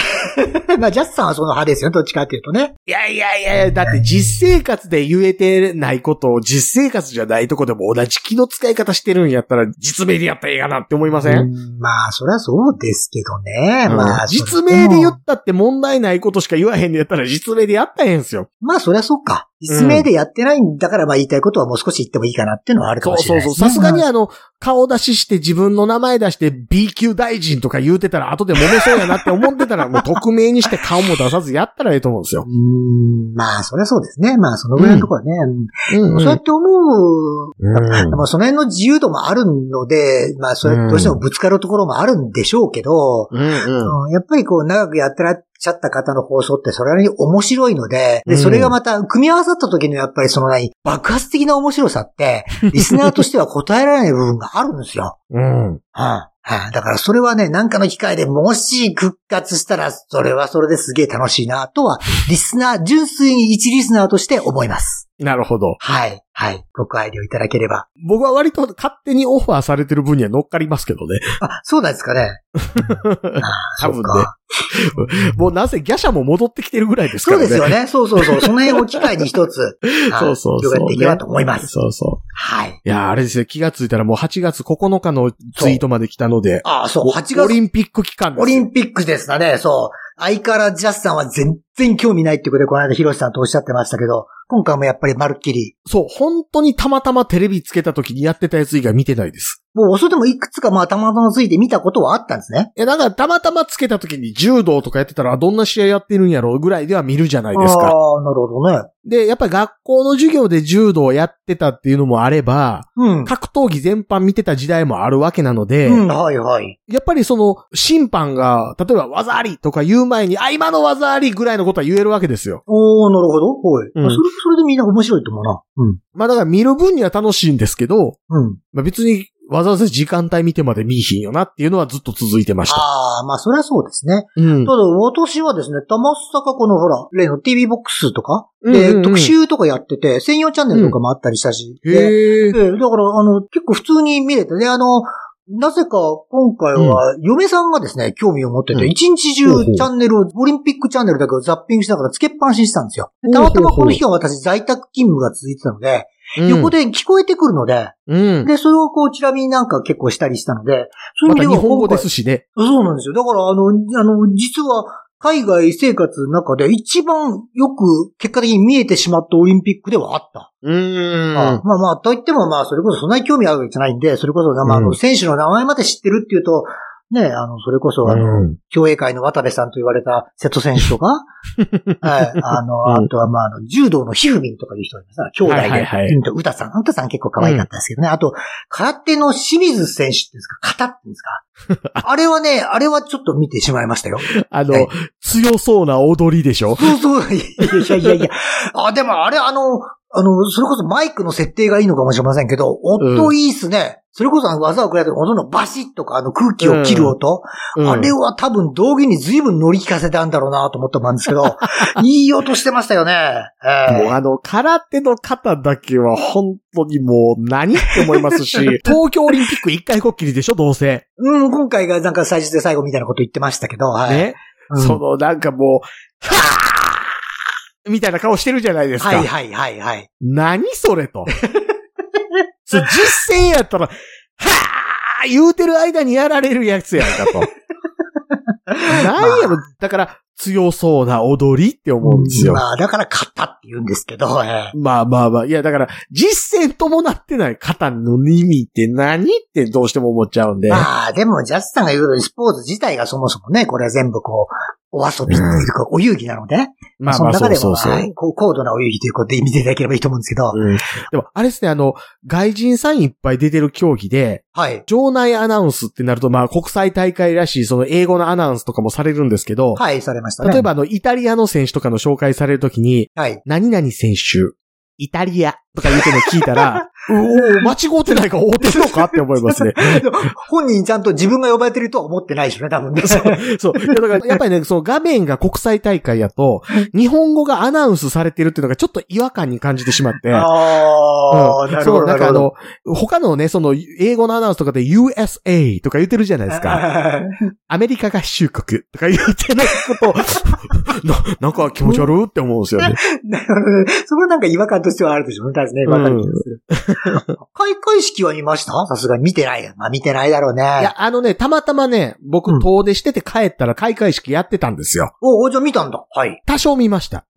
まあ、ジャスさんはその派ですよね。どっちかっていうとね。
いやいやいやいや、だって実生活で言えてないことを実生活じゃないとこでも同じ気の使い方してるんやったら実名でやったらええかなって思いません、
うんまあ、そりゃそうですけどね。ま
う
あ、
ん実名で言
よ
ったって問題ないことしか言わへんのやったら実名でやったらええんすよ。
まあ、そりゃそうか。実名でやってないんだから、まあ言いたいことはもう少し言ってもいいかなっていうのはあるか
そ
も
う
し
そ
れ
う
ない
そ
で
う。
すね、
さすがにあの、顔出しして自分の名前出して B 級大臣とか言うてたら後で揉めそうやなって思ってた
[LAUGHS]
らもう匿名にして顔も出さずやったらええと思うんですよ。
うんまあ、そりゃそうですね。まあ、そのぐらいのところはね。
うん
うんそうやって思う、
うん
まあ、その辺の自由度もあるので、まあ、それどうしてもぶつかるところもあるんでしょうけど、
うんうん
うんやっぱりこう長くやってらっしゃった方の放送ってそれなりに面白いので、
う
で、
ん
それがまた組み合わさった時のやっぱりその何、爆発的な面白さって、リスナーとしては答えられない部分があるんですよ。
うん。
はいはいだからそれはね、なんかの機会でもし復活したら、それはそれですげえ楽しいな、とは、リスナー、純粋に一リスナーとして思います。
なるほど。
はい。はい。ご配慮いただければ。
僕は割と勝手にオファーされてる分には乗っかりますけどね。
あ、そうなんですか
[LAUGHS]
ね。あ
多分ね
そうか
もうなぜ、ギャシャも戻ってきてるぐらいですか
そう
らね。
ですよね。そうそうそう。その辺を機会に一
[LAUGHS]
つ、あ
そうそうそう、
広がっていけばと思います。
そうそ
はい。
う。いやー、あれですね、気がついたらもう8月9日のツイートまで来たので、
ああ、そう、8
オリ
月、
ンピック期間ですよ。
オリンピックですかね、そう。相変わらずジャスさんは全然興味ないってことで、この間ヒロシさんとおっしゃってましたけど、今回もやっぱりまるっきり、
そう、本当にたまたまテレビつけた時にやってたやつ以外見てないです。
もうそれでもいくつかまあたまたまついて見たことはあったんですね。
え、なんかたまたまつけた時に柔道とかやってたら、あどんな試合やってるんやろうぐらいでは見るじゃないですか。
ああ、なるほどね。
で、やっぱり学校の授業で柔道をやってたっていうのもあれば、
うん。
格闘技全般見てた時代もあるわけなので、
うん、はいはい。
やっぱりその、審判が、例えば技ありとか言う前に、あ、今の技ありぐらいのことは言えるわけですよ。
おおなるほど。はい。
う
そ
ん
れ、それでみんな面白いと思うな。
まあだから見る分には楽しいんですけど、
うん。うん。
まあ別にわざわざ時間帯見てまで見いひんよなっていうのはずっと続いてました。
ああ、まあそれはそうですね。
うん
ただ、私はですね、たまさかこのほら、例の TV ボックスとか、
うんうんう
で、
ん
特集とかやってて、専用チャンネルとかもあったりしたし、で
へえ。
ええ、だから、あの、結構普通に見れてね、あの、なぜか今回は、嫁さんがですね、興味を持って
う
て、
ん
一日
ほう
中
ほう
チャンネルを、オリンピックチャンネルだけをザッピングしながらつけっぱなしにしてたんですよ。でた
ほうほう
ま
ほ
た
う
まこの日は私在宅勤務が続いてたので、横
で、
で聞こえてくるので、
うん。
で、それをこう、ちなみになんか結構したりしたので、そうい
ま
う意
た
味で
日
は
本
今
語で
回
すしね。
そうなんですよ。だから、あの、あの、実は、海外生活の中で一番よく結果的に見えてしまったオリンピックではあった。
うー
あ。まあまあ、といってもまあ、それこそそんなに興味あるわけじゃないんで、それこそ、まああ
うん
の、選手の名前まで知ってるっていうと、ね、あの、それこそ、あの、
うん
競泳界の渡部さんと言われた瀬戸選手
[LAUGHS]
とか、はい、あの、
うん
あとはまあ、あの柔道のひふみんとかいう人がいますね兄弟で、
はいはいはい
うんと、うたさん、うたさん結構可愛かったですけどね。あと、空手の清水選手っていうんですか、型っていうんです
[LAUGHS]
か。あれはね、あれはちょっと見てしまいましたよ。
あの、強そうな踊りでしょ
そうそう。いやいやいやいや。あ、でもあれ、あの、あの、それこそマイクの設定がいいのかもしれませんけど、音いいっすね。それこそあの技をくれた音のバシッとか、あの空気を切る音。
うん
あれは多分道着に随分乗り聞かせたんだろうなと思ったんですけ
[LAUGHS]
ど、いい音してましたよね。え
もう
え
あの、空手の方だけは本当にもう何って思います [LAUGHS] し、東京オリンピック一回こっきりでしょ、どうせ。
うん、今回がなんか最初で最後みたいなこと言ってましたけど、はい。
ね。
うん
そのなんかもう、はぁーみたいな顔してるじゃないですか。
はいはいはいはい。
何それと。そう実践やったら、はぁー言うてる間にやられるやつやん
[LAUGHS]
かと。何やろ、だから強そうな踊りって思うんですよ。
まあ、だから勝ったって言うんですけど、ええ
まあまあまあ。いや、だから、実践伴ってない方の意味って何ってどうしても思っちゃうんで。
まあ、でも、ジャスさんが言うように、スポーツ自体がそもそもね、これは全部こお遊びというか、お遊戯なのでね。
まあ
そ
ま
の
あ、
中
そ
で
う
も、
そうそう。
はいこう高度なお遊戯ということで見ていただければいいと思うんですけど。
うんでも、あれですね、あの、外人さんいっぱい出てる競技で、
はい。
場内アナウンスってなると、まあ、国際大会らしい、その英語のアナウンスとかもされるんですけど、
はい、されましたね。
例えばあの、イタリアの選手とかの紹介されるときに、
はい。
何々選手、イタリアとか言うても聞い
[LAUGHS]
たら、うおー間違ってないか、合ってるのかって思いますね。
でも [LAUGHS] 本人ちゃんと自分が呼ばれてるとは思ってないでしょうね、多分
[LAUGHS]
ね。
そう。いやだから、やっぱりね、その画面が国際大会やと、日本語がアナウンスされてるっていうのがちょっと違和感に感じてしまって。
ああ、
うん
なるほ
そ
ど。な
う、なん
る
か
ほ
あ
ど。
の、他のね、その、英語のアナウンスとかで USA とか言ってるじゃないですか。アメリカ合衆国とか言ってないこと、 [LAUGHS] な、なんか気持ち悪いって思うんですよね。
[LAUGHS] なるほど。そこはなんか違和感としてはあるでしょうね。確かにね、わかる気がする。 [LAUGHS] 開会式は見ましたさすがに見てないよ。まあ見てないだろうね。
いや、あのね、たまたまね、
う
僕
ん
遠出してて帰ったら開会式やってたんですよ。
お、おじゃあ見たんだ。はい。
多少見ました。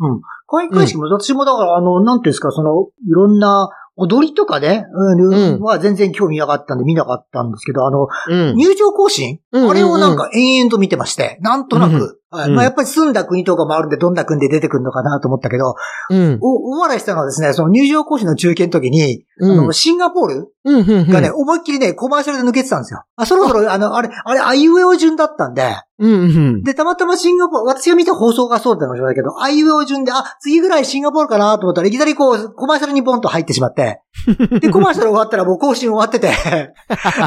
開会式も、私もだから、あの、なんていうんですか、その、いろんな、踊りとかね、うん
うん
は全然興味なかったんで見なかったんですけど、あの、
うん。
入場行進、
うん
あれをなんか延々と見てまして、なんとなく、はい
うん
まあ、やっぱり住んだ国とかもあるんで、どんな国で出てくるのかなと思ったけど、
うん。
お、お笑いしたのはですね、その入場行進の中継の時に、
うん
あの、シンガポール
うん。うん。
がね、思いっきりね、コマーシャルで抜けてたんですよ。あ、そろそろ、あの、あれ、あれ、あいうえお順だったんで、
うん。うん。
で、たまたまシンガポール、私が見た放送がそうだったのかもしれないけど、あいうえお順で、あ、次ぐらいシンガポールかなと思ったらいきなりこう、コマーシャルにボンと入ってしま
[LAUGHS]
って、で、コマーシャル終わったらもう更新終わってて、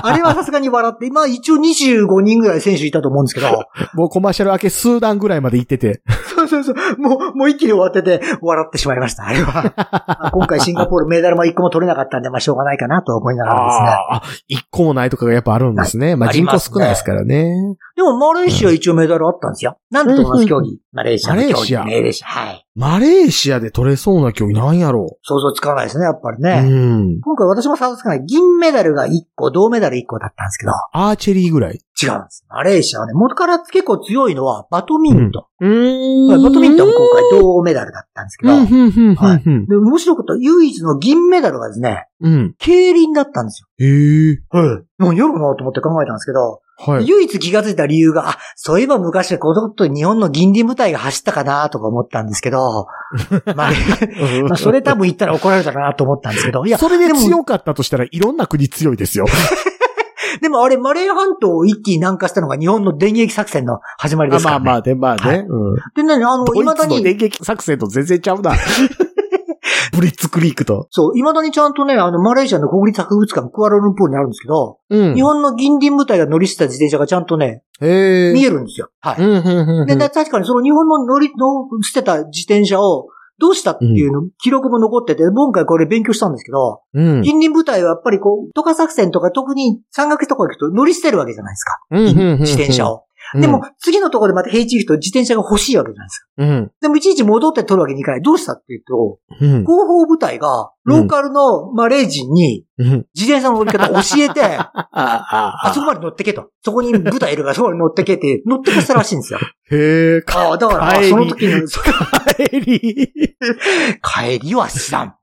あれはさすがに笑って、今一応25人ぐらい選手いたと思うんですけど、
もうコマーシャル明け数段ぐらいまで行ってて。
そうそうそう、もう、もう一気に終わってて、笑ってしまいました、あれは。
[LAUGHS]
あ今回シンガポールメダルも一個も取れなかったんで、まあしょうがないかなとは思いながらですね。
あー、あ一個もないとかがやっぱあるんですね。まあ
あり
人
ま
口
すね
少ないですからね。
でも、マレーシア一応メダルあったんですよ。なんと同じ競技。マレーシアの競技。
マレーシア
レーシア。はい。
マレーシアで取れそうな競技なんやろ
想像つかないですね、やっぱりね。
う。うん。
今回私も想像つかない。銀メダルが1個、銅メダル1個だったんですけ
アーチェリーぐらい。
ど、違うんです。マレーシアはね、元から結構強いのはバドミント
う
ン。
ん
バドミントン今回銅メダルだったんですけ
う
ど、
ん、うん、うん、
はい
うん。
で面白いこと、唯一の銀メダルがですね、
うん。
競輪だったんですよ。
へえ。
はい。何やろうなと思って考えたんですけど、
はい。
唯一気がついた理由が、あ、そういえば昔はこのこと日本の銀輪部隊が走ったかなとか思ったんですけ
[LAUGHS]
ど、まあ、まあそれ多分言ったら怒られたかなと思ったんですけど、いや、
それで
も
強かったとしたらいろんな国強いですよ。
でもあれ、マレー半島を一気に南下したのが日本の電撃作戦の始まりですか
ま
ら、
あ
ね。
まあね、まあ
は
ね。うん
でね、あの、
ドイ
未だ
ツの
に、
電撃作戦と全然ちゃうな。
[LAUGHS]
ブリッツクリークと。
そう、未だにちゃんとね、あの、マレーシアの国立博物館、クアラルンプールにあるんですけど、
うん
日本の銀輪部隊が乗り捨てた自転車がちゃんとね、
へえ。
見えるんですよ。は
う
い。
ん、うん、うん。
で、で確かにその日本の乗り、乗り捨てた自転車を、どうしたっていうの、記録も残ってて、今回これ勉強したんですけど、
うん。
銀輪部隊はやっぱりこう、渡河作戦とか特に山岳とか行くと乗り捨てるわけじゃないですか。
うんうんうんうん
自転車を。でも、、次のところでまた平地行くと自転車が欲しいわけじゃないですか。
うん。
でも、いちいち戻って取るわけにいかない。どうしたっていうと、
うん。
広報部隊が、ローカルのマレー人に、
うん。
自転車の乗り方を教え
[LAUGHS]
て、
ああ
あそこまで乗ってけと。そこに部隊いるから、そこまで乗ってけって、乗ってかせたらしいんですよ。
へえ、
ああ、だから、あ
[LAUGHS] 帰り
その時に、そ
帰り。
帰りは知らん。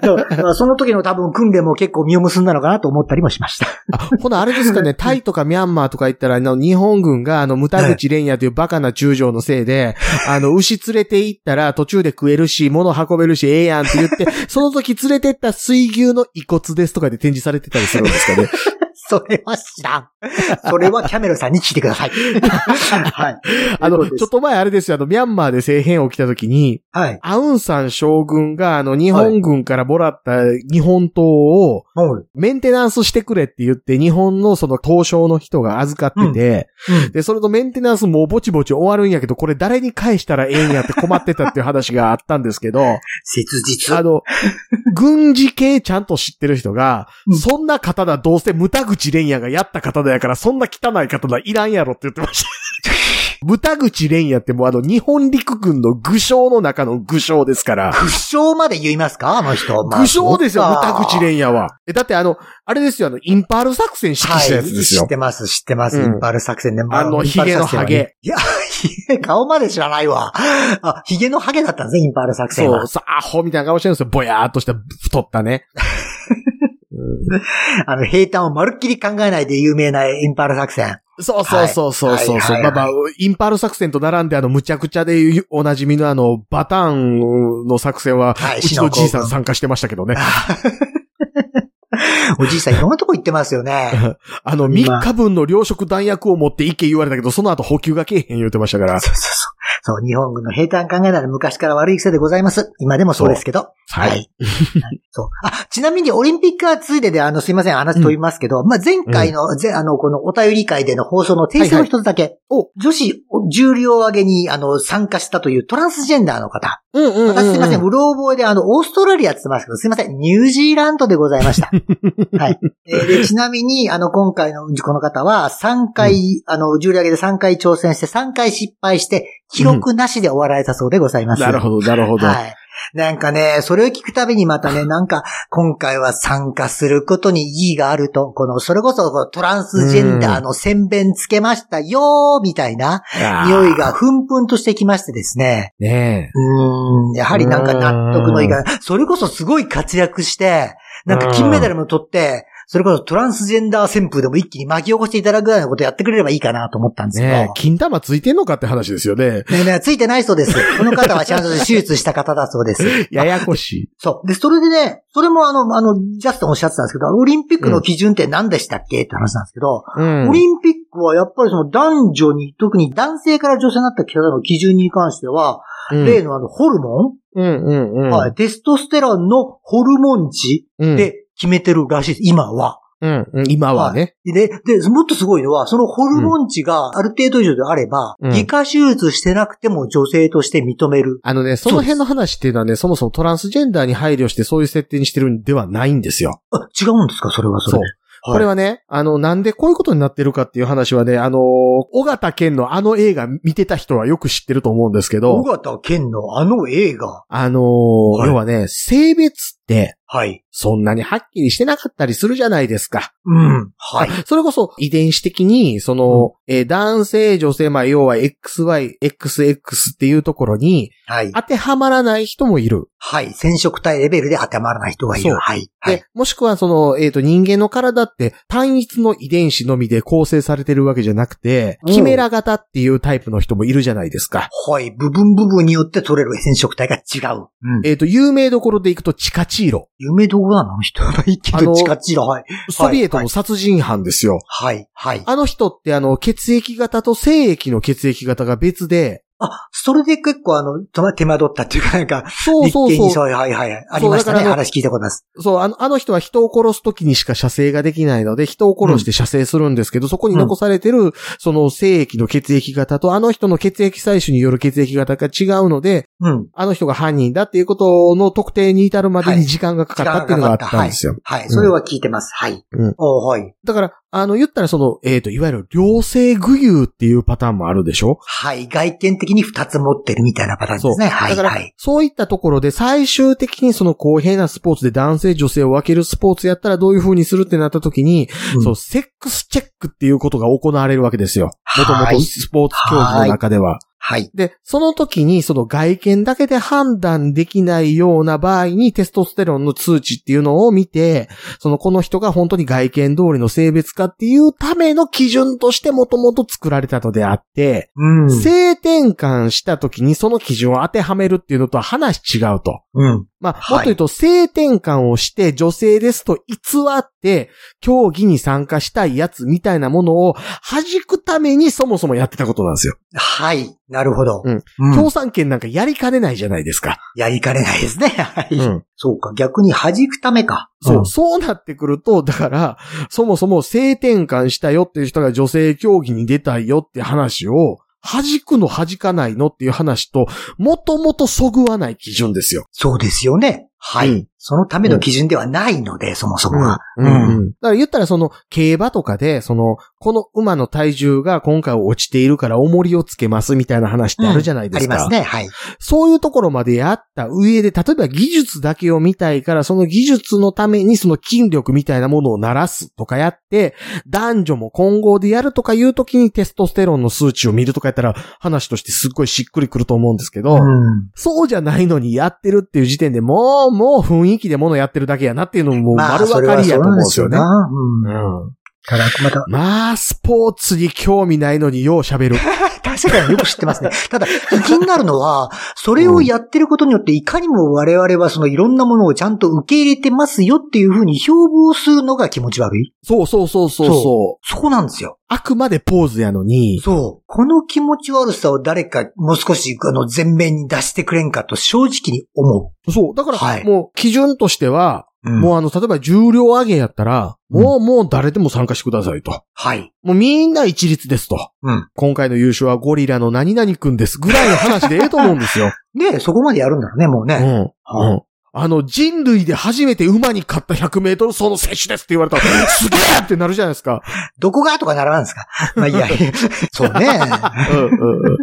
だからその時の多分訓練も結構身を結んだのかなと思ったりもしました。
あ、ほな、あれですかね、タイとかミャンマーとか行ったら、あの、日本軍が、あの、ムタグチレンヤというバカな中将のせいで、あの、牛連れて行ったら途中で食えるし、物運べるし、ええやんって言って、その時連れてった水牛の遺骨ですとかで展示されてたりするんですかね。
[LAUGHS] それは知らん。それはキャメロさんに聞いてください。 [LAUGHS] はい。
あ
と
の、
いうことです
ちょっと前あれですよ、あの、ミャンマーで政変起きた時に、
はい。
アウンサン将軍が、あの、日本軍からもらった日本刀を、
もう、
メンテナンスしてくれって言って、日本のその東証の人が預かってて、
うんうん
で、それのメンテナンスもうぼちぼち終わるんやけど、これ誰に返したらええんやって困ってたっていう話があったんですけど、
切実。
あの、 [LAUGHS] 軍事系ちゃんと知ってる人が、
うん
そんな刀どうせ無田口蓮也がやった刀やから、そんな汚い刀いらんやろって言ってました。 [LAUGHS] 無田口蓮也ってもうあの日本陸軍の具将の中の具将ですから。
苦笑まで言いますかあの人。まあ
具将ですよ、
そう
無
か
田口蓮也は。え、だってあの、あれですよ、あの、インパール作戦指揮した
は
やつです
い、知
よ
っ。てます、知ってます。
うん
インパール作戦で、ま
あの
インパール作戦はね
ヒゲのハゲ
いや、ヒゲ、顔まで知らないわ。あ、ヒゲのハゲだったんですね、インパール作戦
そ
は
う、。さ、アホみたいな顔してるんですよ。ぼやーっとした、太ったね。
あの、平坦をまるっきり考えないで有名なインパール作戦。
そうそうそうそうそうそう。
はい
ま
は
あ
い
まあ、インパール作戦と並んで、あの、むちゃくちゃでゆおなじみのあの、バターンの作戦は、
はいう
ちのじいさん
シノコ
参加してましたけどね。
[LAUGHS] おじいさんいろんなとこ行ってますよね。
あの、3日分の糧食弾薬を持って行け言われたけど、その後補給がけえへん言うてましたか
[LAUGHS]
ら。
そうそうそう。そう、日本軍の兵隊考えたら昔から悪い癖でございます。今でもそうですけど。
はい。
そう。あ、ちなみにオリンピックはついでで、あの、すいません、話飛びますけど、まあ、前回の、ぜあの、このお便り会での放送の訂正の一つだけ、
お
女子重量上げに、あの、参加したというトランスジェンダーの方。
うんうんうんうん
私すいません、うろ覚えで、あの、オーストラリアって言ってますけど、すいません、ニュージーランドでございま
[LAUGHS]
した。はい。えーで、ちなみに、あの、今回のこの方は、3回、あの、重量上げで3回挑戦して、3回失敗して、記録なしで終わられたそうでございます。
なるほど、なるほど。
はい。なんかね、それを聞くたびにまた
[LAUGHS]
ね、なんか、今回は参加することに意義があると、この、それこそこのトランスジェンダーの宣弁つけましたよー、みたいな
あー
匂いがふんふんとしてきましてですね。
ね
うーん、やはりなんか納得のいが、それこそすごい活躍して、なんか金メダルも取って、それこそトランスジェンダー旋風でも一気に巻き起こしていただくぐらいのことやってくれればいいかなと思ったんです
え。
けど。
ねえ、金玉ついてんのかって話ですよね。
ねねついてないそうです。この方はちゃんと手術した方だそうです。
ややこしい。
そう。で、それでね、それもあの、あの、ジャストンおっしゃってたんですけど、オリンピックの基準って何でしたっけって話なんですけど、
うん
オリンピックはやっぱりその男女に、特に男性から女性になった方の基準に関しては、
うん
例のあの、ホルモ
うんうんうん。
ン、はい、テストステロンのホルモン値
うん、
で決めてるらしいです、今は。
うん、うん今はね。
で、で、もっとすごいのは、そのホルモン値がある程度以上であれば、
うん
外科手術してなくても女性として認める。
あのね、その辺の話っていうのはね、そもそもトランスジェンダーに配慮してそういう設定にしてるんではないんですよ。
あ、違うんですかそれはそれ
そう
で。。
これはね、あの、なんでこういうことになってるかっていう話はね、あの、小形健のあの映画見てた人はよく知ってると思うんですけ
尾
ど、
形健のあの映画。
あの、
はい
要はね、性別って、
はい。
そんなにはっきりしてなかったりするじゃないですか。
うん。はい。
それこそ遺伝子的に、その、えー男性、女性、まあ、要は XY、XX っていうところに
はい。
当てはまらない人もいる。
はい。染色体レベルで当てはまらない人がい
そう
る。はい。はい。
で、もしくはその、えっ、と、人間の体って単一の遺伝子のみで構成されてるわけじゃなくて、
うん
キメラ型っていうタイプの人もいるじゃないですか。
はい。部分部分によって取れる染色体が違う。うん。
えっ、と、有名どころでいくとチカチーロ。
夢どころなのあの人はいいけ
あの
ど、チカチラ。はい。
ソビエトの殺人犯ですよ。
はい。はい。
あの人ってあの、血液型と精液の血液型が別で、
あ、それで結構あの、とま手間取ったっていうか、なんか、
そう
立
そ
憲
う
に
そ。
そうういう、はいはい。ありましたね。
だからあの
話聞いたことあります。
そう、あの、あの人は人を殺すときにしか射精ができないので、人を殺して射精するんですけど、そこに残されてる、その精液の血液型とあの人の血液採取による血液型が違うので、
うん。
あの人が犯人だっていうことの特定に至るまでに時間がかかったっていうのがあったんですよ。
はい。それは聞いてます。はい。
うん
おはい。
だから、あの、言ったらその、えっ、と、いわゆる良性具有っていうパターンもあるでしょ
はい。外見的に二つ持ってるみたいなパターンですね。はい。
だから、
はい。
そういったところで最終的にその公平なスポーツで男性女性を分けるスポーツやったらどういう風にするってなった時に、
うん
そう、セックスチェックっていうことが行われるわけですよ。もとも
は
と
い
スポーツ競技の中では。
はい。
で、その時にその外見だけで判断できないような場合にテストステロンの数値っていうのを見て、そのこの人が本当に外見通りの性別かっていうための基準としてもともと作られたのであって、
うん。
性転換した時にその基準を当てはめるっていうのとは話違うと。
うん。
まあ、
はい
もっと言うと、性転換をして女性ですと偽って、競技に参加したいやつみたいなものを弾くためにそもそもやってたことなんですよ。
はい。なるほど。
うん
うん
共産権なんかやりかねないじゃないですか。
やりかねないですね。 [LAUGHS] はい。
うん
そうか、逆に弾くためか。
そう、
ん
そうなってくると、だから、そもそも性転換したよっていう人が女性競技に出たいよって話を、弾くの弾かないのっていう話と、もともとそぐわない基準ですよ。
そうですよね。はい、
うん
そのための基準ではないので、そもそもが。
うんうんだから言ったらその、競馬とかで、その、この馬の体重が今回落ちているから重りをつけますみたいな話ってあるじゃないで
あ
す
り
か。
ますね。はい。
そういうところまでやった上で、例えば技術だけを見たいから、その技術のためにその筋力みたいなものを鳴らすとかやって、男女も混合でやるとかいう時にテストステロンの数値を見るとかやったら、話としてすっごいしっくりくると思うんですけど、
うん
そうじゃないのにやってるっていう時点でもう、もう雰囲気でものやってるだけやなっていうのももう
まあ
丸分かりやと思うんですよね。
それはそうなんですよなうん
うん
ただ、また、
まあ、スポーツに興味ないのによう喋る。
確かによく知ってますね。ただ、気になるのは、それをやってることによって、いかにも我々はそのいろんなものをちゃんと受け入れてますよっていうふうに標榜するのが気持ち悪い。
そうそうそうそうそう
そうなんですよ。
あくまでポーズやのに、
そう。この気持ち悪さを誰かもう少し、あの、前面に出してくれんかと正直に思
そう。だから、
はい
もう基準としては、
う。うん
もうあの、例えば重量上げやったら、
うん
もうもう誰でも参加してくださいと。
はい。
もうみんな一律ですと。
うん。
今回の優勝はゴリラの何々くんですぐらいの話でええと思うんです [LAUGHS] よ。
で、そこまでやるんだろうね、もう
う
ね。
ん。
は
うん。あの、人類で初めて馬に勝った100メートル走の選手ですって言われたら、すげえってなるじゃないですか。 [LAUGHS]
どこがとかならないんですか。まあ、いやいや。そうね。
うんうんうん。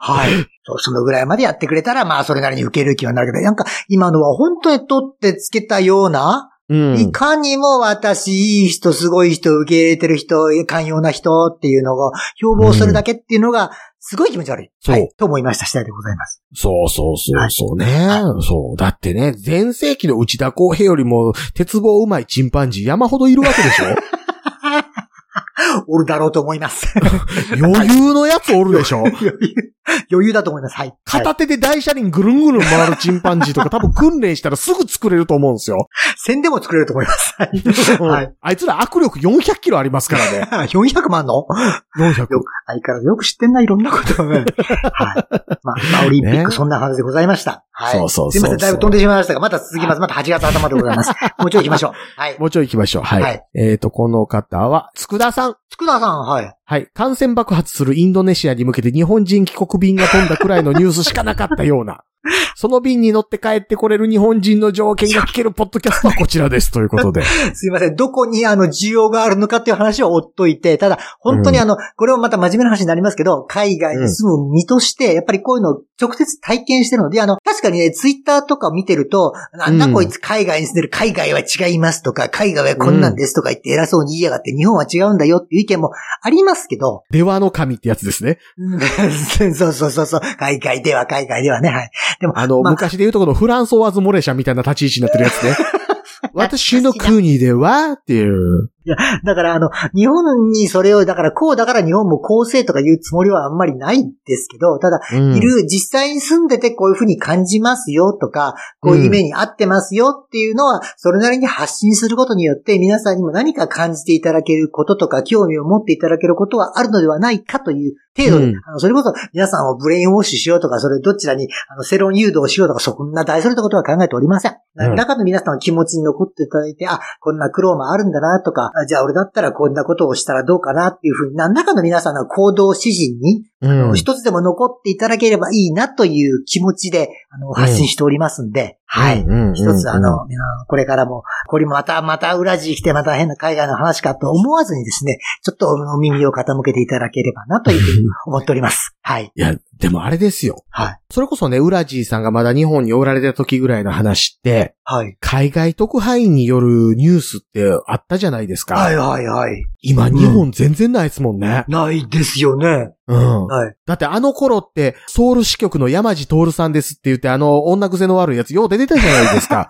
はい。そうそのぐらいまでやってくれたら、まあ、それなりに受ける気はなるけど、なんか、今のは本当に取ってつけたような、
うん
いかにも私、いい人、すごい人、受け入れてる人、寛容な人っていうのを標榜するだけっていうのが、すごい気持ち悪い。
そう
はい。と思いました次第でございます。
そうそうそうそうね、
は
そう。だってね、前世紀の内田公平よりも、鉄棒うまいチンパンジー山ほどいるわけでしょ
おるだろうと思います。 [LAUGHS]
余裕のやつおるでしょ
余裕余裕だと思います。はい。はい
片手で大車輪ぐるんぐるん回るチンパンジーとか多分訓練したらすぐ作れると思うんですよ。
線でも作れると思います。 [LAUGHS] はい。
う
[LAUGHS]
ん
はい
あいつら握力400キロありますから
[LAUGHS]
ね。
400万の
400。
よ相変わらずよく知ってんな、いろんなこと [LAUGHS] をねはい。まあ、まあオリンピッ
ね
クそんな話でございました。はい。
そうそうそ
す
うそう
いません、だいぶ飛んでしまいましたが、また続きます。また8月頭でござい
[LAUGHS]
ます。もうちょい行きましょう。はい。
もうちょい行きましょう。はい。
はい
えっ、と、この方は、つくださん。
つくださん、はい。
はい。感染爆発するインドネシアに向けて日本人帰国便が飛んだくらいのニュースしかなかったような。 [LAUGHS] その便に乗って帰ってこれる日本人の条件が聞けるポッドキャストはこちらです。とい
[LAUGHS]
うことで。
すいません、どこにあの、需要があるのかっていう話を追っといて、ただ、本当にあの、これもまた真面目な話になりますけど、海外に住む身として、やっぱりこういうのを直接体験してるので、あの、確かにね、ツイッターとか見てると、なんだこいつ海外に住んでる、海外は違いますとか、海外はこんなんですとか言って偉そうに言いやがって、日本は違うんだよっていう意見もありますけど、
ではの神ってやつですね。
[LAUGHS] そうそうそうそう。海外では海外ではね。はい。でも、
あの、
まあ
昔で言うとこのフランソワーズ・モレシャみたいな立ち位置になってるや
[LAUGHS]
つね。私の国ではっていう。
[LAUGHS] だからあの、日本にそれを、だからこうだから日本もこうせいとか言うつもりはあんまりないんですけど、ただ、
うん
いる、実際に住んでてこういうふうに感じますよとか、こういう目に合ってますよっていうのは、それなりに発信することによって、皆さんにも何か感じていただけることとか、興味を持っていただけることはあるのではないかという程度で、
うん
あのそれこそ皆さんをブレインウォッシュしようとか、それどちらにあの世論誘導しようとか、そんな大それたことは考えておりません。
うん
何らかの皆さんの気持ちに残っていただいて、あ、こんな苦労もあるんだなとか、あじゃあ俺だったらこんなことをしたらどうかなっていうふうに、何らかの皆さんの行動指示に
うん
一つでも残っていただければいいなという気持ちで、あの、発信しておりますんで、はい。
うん
一つあ
うん
の、皆さんこれからも、これまた、また裏地来て、また変な海外の話かと思わずにですね、ちょっとお耳を傾けていただければなというふうに思っております。はい。
いや、でもあれですよ。
はい。
それこそね、ウラジーさんがまだ日本におられた時ぐらいの話って、
はい。
海外特派員によるニュースってあったじゃないですか。
はいはいはい。
今、日本全然ないですもんね。
ないですよね。
うん。
はい。
だってあの頃って、ソウル支局の山地徹さんですって言って、あの、女癖の悪いやつよう出てたじゃないですか。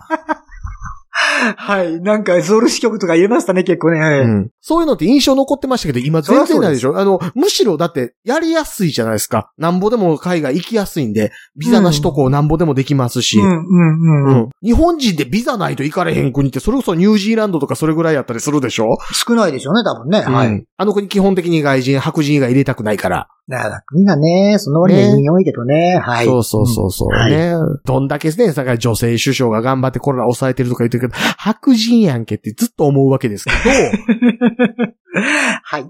はい。なんか、ソウル支局とか言えましたね、結構ね。
うん。そういうのって印象残ってましたけど、今全然ないでしょあの、むしろだって、やりやすいじゃないですか。なんぼでも海外行きやすいんで、ビザなしとこなんぼでもできますし。
うん、うん、うん。
日本人でビザないと行かれへん国って、それこそニュージーランドとかそれぐらいやったりするでしょ
少ないでしょうね、多分ね。は
う
い。
んあの国基本的に外人、白人以外入れたくないから。
なあみんなね、その割に人多いけどね。はい。
そうそうそうそう、
はい
ね。どんだけね、さから女性首相が頑張ってコロナ抑えてるとか言ってるけど、白人やんけってずっと思うわけですけ
[LAUGHS]
ど、
はい。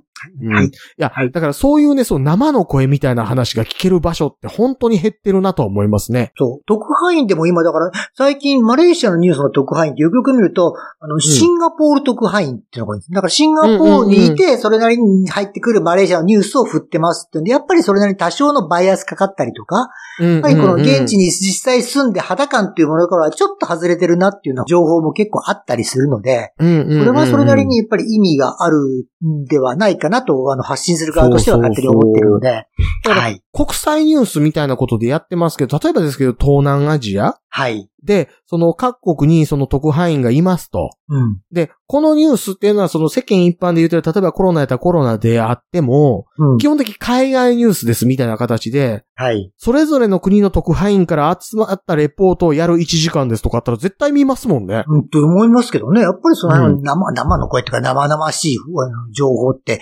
うん
はい
いや、
はい
だからそういうね、その生の声みたいな話が聞ける場所って本当に減ってるなとは思いますね。
そう。特派員でも今だから、最近マレーシアのニュースの特派員ってよくよく見ると、あの、シンガポール特派員っていうのがいるんです。だからシンガポールにいて、それなりに入ってくるマレーシアのニュースを振ってますっていうんで、やっぱりそれなりに多少のバイアスかかったりとか、
や
やっぱりこの現地に実際住んで肌感っていうものからはちょっと外れてるなっていうような情報も結構あったりするので、これはそれなりにやっぱり意味があるんではないかなと、あの、発信する側としては勝手に思ってるので、
そうそうそう
はい。
国際ニュースみたいなことでやってますけど、例えばですけど、東南アジア
はい。
で、その各国にその特派員がいますと。
うん。
で、このニュースっていうのはその世間一般で言ってる、例えばコロナやったらコロナであっても、
うん。
基本的に海外ニュースですみたいな形で、
はい。
それぞれの国の特派員から集まったレポートをやる1時間ですとかあったら絶対見ますもんね。
うん、と思いますけどね。やっぱりその、
うん
生、生の声というか生々しいあの情報って、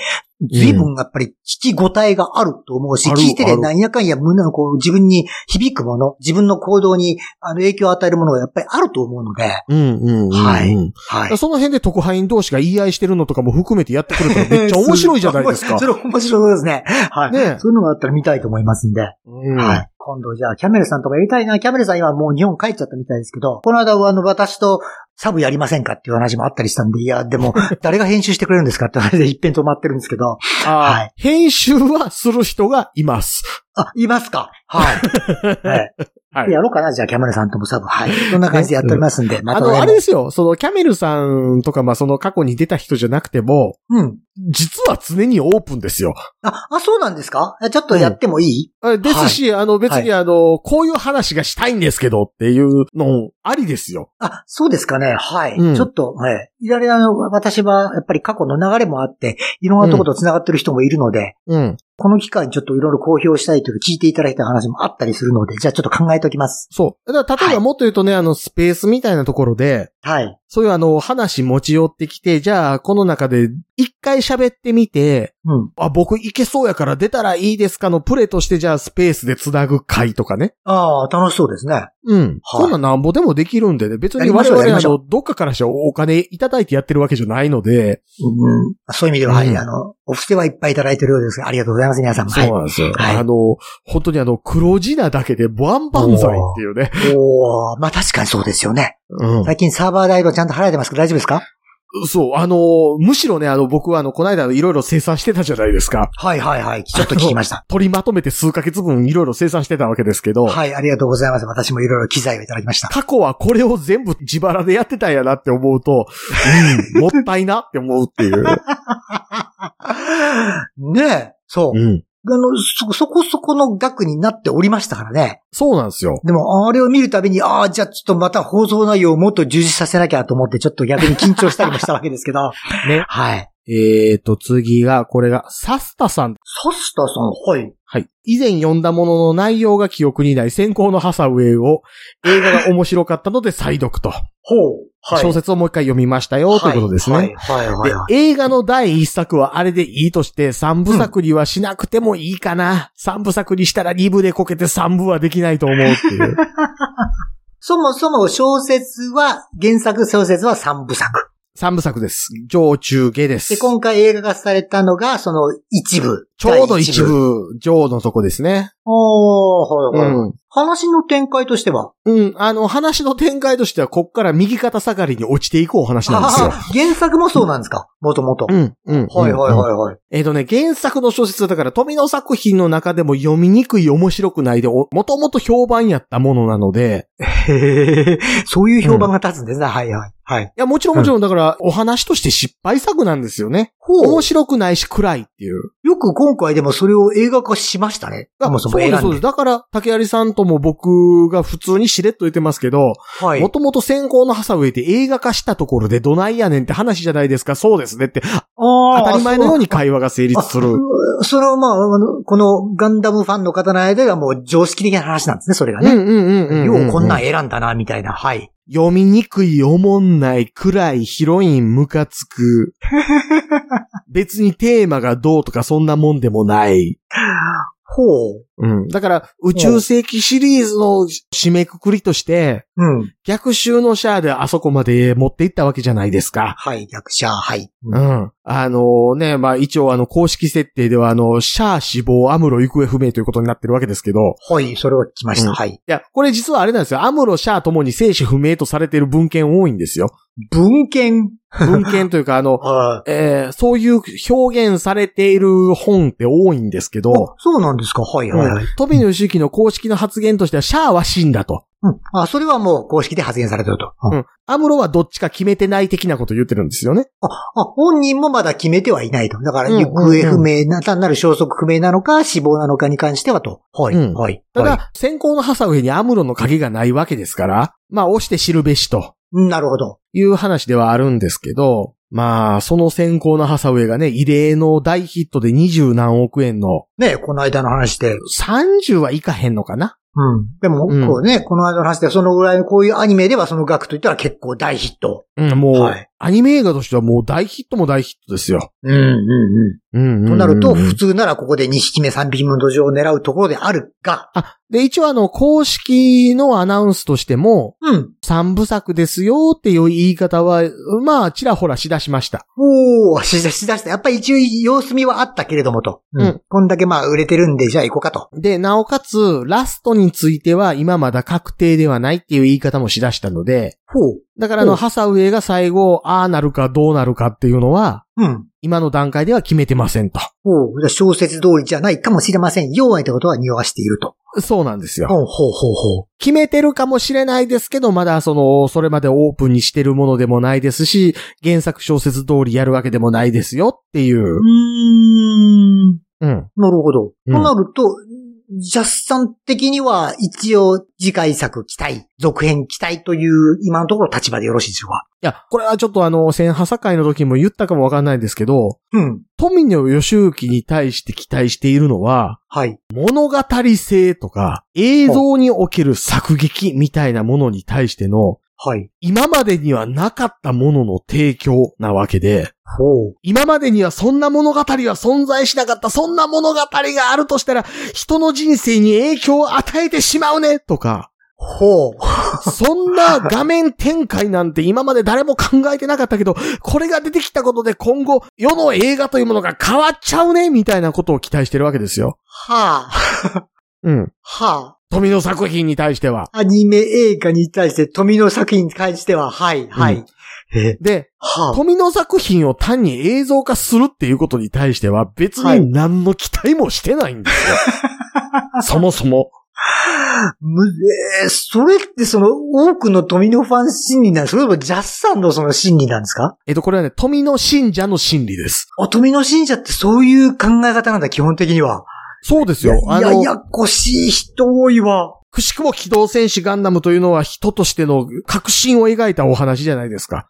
随分やっぱり聞き応えがあると思うし、
ある
聞いて
あ
て
る
何やかんや胸のこう自分に響くもの、自分の行動にあの影響を与えるものがやっぱりあると思うので、
うんうんうんうん。
はい
だ
は
から。その辺で特派員同士が言い合いしてるのとかも含めてやってくれたらめっちゃ面白いじゃないです
[LAUGHS]
か
そ。れ面白そうですね。はい。
ねえ
そういうのがあったら見たいと思いますんで。
うん
はい。今度じゃあ、キャメルさんとかやりたいな。キャメルさん今もう日本帰っちゃったみたいですけど、この間はあの、私とサブやりませんかっていう話もあったりしたんで、いや、でも、誰が編集してくれるんですかって話で一遍止まってるんですけど、
あー
はい
編集はする人がいます。
あ、いますかはい。 [LAUGHS] はい。
はい
やろうかなじゃあ、キャメルさんともサブ。はい。そんな感じでやっておりますんで、ま
あ
たお
の、あ
願い
れ
し
ですよ、そのキャメルさんとか、まあ、その過去に出た人じゃなくても、
ます。うん。
実は常にオープンですよ。
あ、あ、そうなんですかえちょっとやってもいい、
あですし、あの、別にあの、こういう話がしたいんですけどっていうのありですよ。
あ、そうですかね。はい。
うん
ちょっと、はい。いられあの、私は、やっぱり過去の流れもあって、いろんなところと繋がってる人もいるので、
うん。
この期間ちょっといろいろ公表したいというか聞いていただいた話もあったりするので、じゃあちょっと考えておきます。
そう。だから、例え
は
ばもっと言うとね、あの、スペースみたいなところで、
はい。
そういうあの、話持ち寄ってきて、じゃあ、この中で一回喋ってみて、
うん。
あ、僕いけそうやから出たらいいですかのプレとして、じゃあ、スペースで繋ぐ会とかね。
ああ、楽しそうですね。
うん。
はい
そんなんなんぼでもできるんでね。別
や
に
りま
我
しょう
々、
やり
あ
ましょ
の、どっかからしてお金いただいてやってるわけじゃないので。
うん。そういう意味では、は
うん
い。あの、お布施はいっぱいいただいてるようですが、ありがとうございます、皆さんも。はい。
んですよ
はい
あの、本当にあの、黒字なだけで万々歳っていうね。
おー、まあ確かにそうですよね。
うん。
最近サーバー代はちゃんと払えてますけど大丈夫ですか
そう、あの、むしろね、あの、僕はあの、この間いろいろ生産してたじゃないですか。
はいはいはい。ちょっと聞きま [LAUGHS] した。
取りまとめて数ヶ月分いろいろ生産してたわけですけど。
はい、ありがとうございます。私もいろいろ機材をいただきました。
過去はこれを全部自腹でやってたんやなって思うと、うん、もったいなって思うっていう。
ねえ、そう。
うん。
あの、そ、そこそこの額になっておりましたからね。
そうなんですよ。
でも、あれを見るたびに、ああ、じゃあちょっとまた放送内容をもっと充実させなきゃと思って、ちょっと逆に緊張したりもしたわけですけど。
[LAUGHS] ね。
はい。
えーと、次が、これが、サスタさん
サスタさん、はい。
はい。以前読んだものの内容が記憶にない先行のハサウェイを映画が面白かったので再読と。
ほう。はい。
小説をもう一回読みましたよ、ということですね。
はい、はい、はいはい。
で映画の第一作はあれでいいとして、三部作にはしなくてもいいかな。三、部作にしたら二部でこけて三部はできないと思うっていう。
そもそも小説は、原作小説は3部作。
三部作です。上中下で
で、
す。
今回映画化されたのが、その一部。
ちょうど一。部、上のとこですね。
おー、
う
はい、はい。
ん。
話の展開としては、
うん。あの、話の展開としては、こっから右肩下がりに落ちていくお話なんですよ
あ。ー原作もそうなんですかもともと。
うん、うん。
はい、はい、はい、はい。
えっ、とね、原作の小説だから、富野作品の中でも読みにくい、面白くないで、おもともと評判やったものなので、
へえ、そういう評判が立つんですね。はいはい。はい。
いや、もちろんもちろん、だから、お話として失敗作なんですよね。面白くないし、暗いっていう。
よく今回でもそれを映画化しましたね。そもそも
う
映
です、
画
そうです。。だから、竹有さんとも僕が普通にしれっと言ってますけど、
はい
も。ともと先行のハサウェイって映画化したところでどないやねんって話じゃないですか、そうですねって、当
当
たり前のように会話が成立する。
それはまあ、あのこのガンダムファンの方の間ではもう常識的な話なんですね、それが
うん
ね。
うんうんうんうん。
ようこんなん選んだな、みたいな。はい。
読みにくい、おもんない、暗い、ヒロイン、ムカ
[LAUGHS]
つく。別にテーマがどうとかそんなもんでもない。
ほう。
うん。だから、宇宙世紀シリーズの締めくくりとして、
うん。
逆襲のシャアであそこまで持っていったわけじゃないですか。
はい、逆者、はい。う
う
ん
ん。あのね、まあ一応あの公式設定ではあの、シャア死亡、アムロ行方不明ということになってるわけですけど、
はい、それは聞きまし
う
た。
ん
はい。 [LAUGHS]
いや、これ実はあれなんですよ。アムロ、シャアともに生死不明とされている文献多いんですよ。
文献。
文献というか、あの、
は
えーそういう表現されている本って多いんですけ
い。
ど、
あそうなんですか。はいはいはい。
富野義行の公式の発言としては、シャアは死んだと。
うん。あ、それはもう公式で発言されてると。
う
うん
ん。アムロはどっちか決めてない的なことを言ってるんですよね。
あ、本人もまだ決めてはいないと。だから、
うん
行方不明な、単なる消息不明なのか、死亡なのかに関してはと。はい。
うん
はい。
ただ、
はい
先行のハサウェイにアムロの影がないわけですから、まあ、押して知るべしと
なるほど。
いう話ではあるんですけど、まあ、その先行のハサウェイがね、異例の大ヒットで二十何億円の、
ねこの間の話で。
30はいかへんのかな
うん。でも、
うん
こうね、この間の話で、そのぐらいのこういうアニメではその額といったら結構大ヒット。
うん、もう、
はい
アニメ映画としてはもう大ヒットも大ヒットですよ。
うんうんう
うんうんうんうん
となると、普通ならここで2匹目3匹目の土壌を狙うところであるが、
で、一応あの、公式のアナウンスとしても、
うん。
三部作ですよっていう言い方は、まあ、ちらほらしだしました。
おー、しだしだした。やっぱり一応様子見はあったけれどもと。
うん
こんだけまあ売れてるんで、じゃあ行こうかと。
で、なおかつ、ラストについては今まだ確定ではないっていう言い方もしだしたので、
ほう。
だからあの、
うん
ハサウェイが最後、ああなるかどうなるかっていうのは、
うん。
今の段階では決めてませんと。
ほう。じゃあ小説通りじゃないかもしれません。ようってことは匂わしていると。
そうなんですよ。
ほうほうほうほう。
決めてるかもしれないですけど、まだその、それまでオープンにしてるものでもないですし、原作小説通りやるわけでもないですよっていう
う。ーん。
うん。
なるほど。
うん
となると、ジャスさん的には一応次回作期待、続編期待という今のところ立場でよろしいでしょうか。
いや、これはちょっとあの、千波会の時も言ったかもわかんないですけど、
うん。
富野義行に対して期待しているのは、
はい。
物語性とか、映像における作劇みたいなものに対しての、
はい。
今までにはなかったものの提供なわけで、
ほう。
今までにはそんな物語は存在しなかった、そんな物語があるとしたら、人の人生に影響を与えてしまうね、とか、
ほう。
そんな画面展開なんて今まで誰も考えてなかったけど、これが出てきたことで今後世の映画というものが変わっちゃうね、みたいなことを期待してるわけですよ。
はあ。
[LAUGHS] うん。
は
富の作品に対しては。
あ。アニメ映画に対して、富の作品に関しては、はい、はい。
うん
え
で、
は
富の作品を単に映像化するっていうことに対しては別
はい
に何の期待もしてないんです
[LAUGHS]
よ。そもそも。
あ。む、えーそれってその、多くの富のファン心理なんですかそれともジャスさんのその心理なんですか
えっと、これはね、富の信者の心理です。
あ、富の信者ってそういう考え方なんだ、基本的には。
そうです
いや
よ。あ、
いや
の、
やこしい人多いわ。
くしくも機動戦士ガンダムというのは人としての革新を描いたお話じゃないで
[LAUGHS]
すか。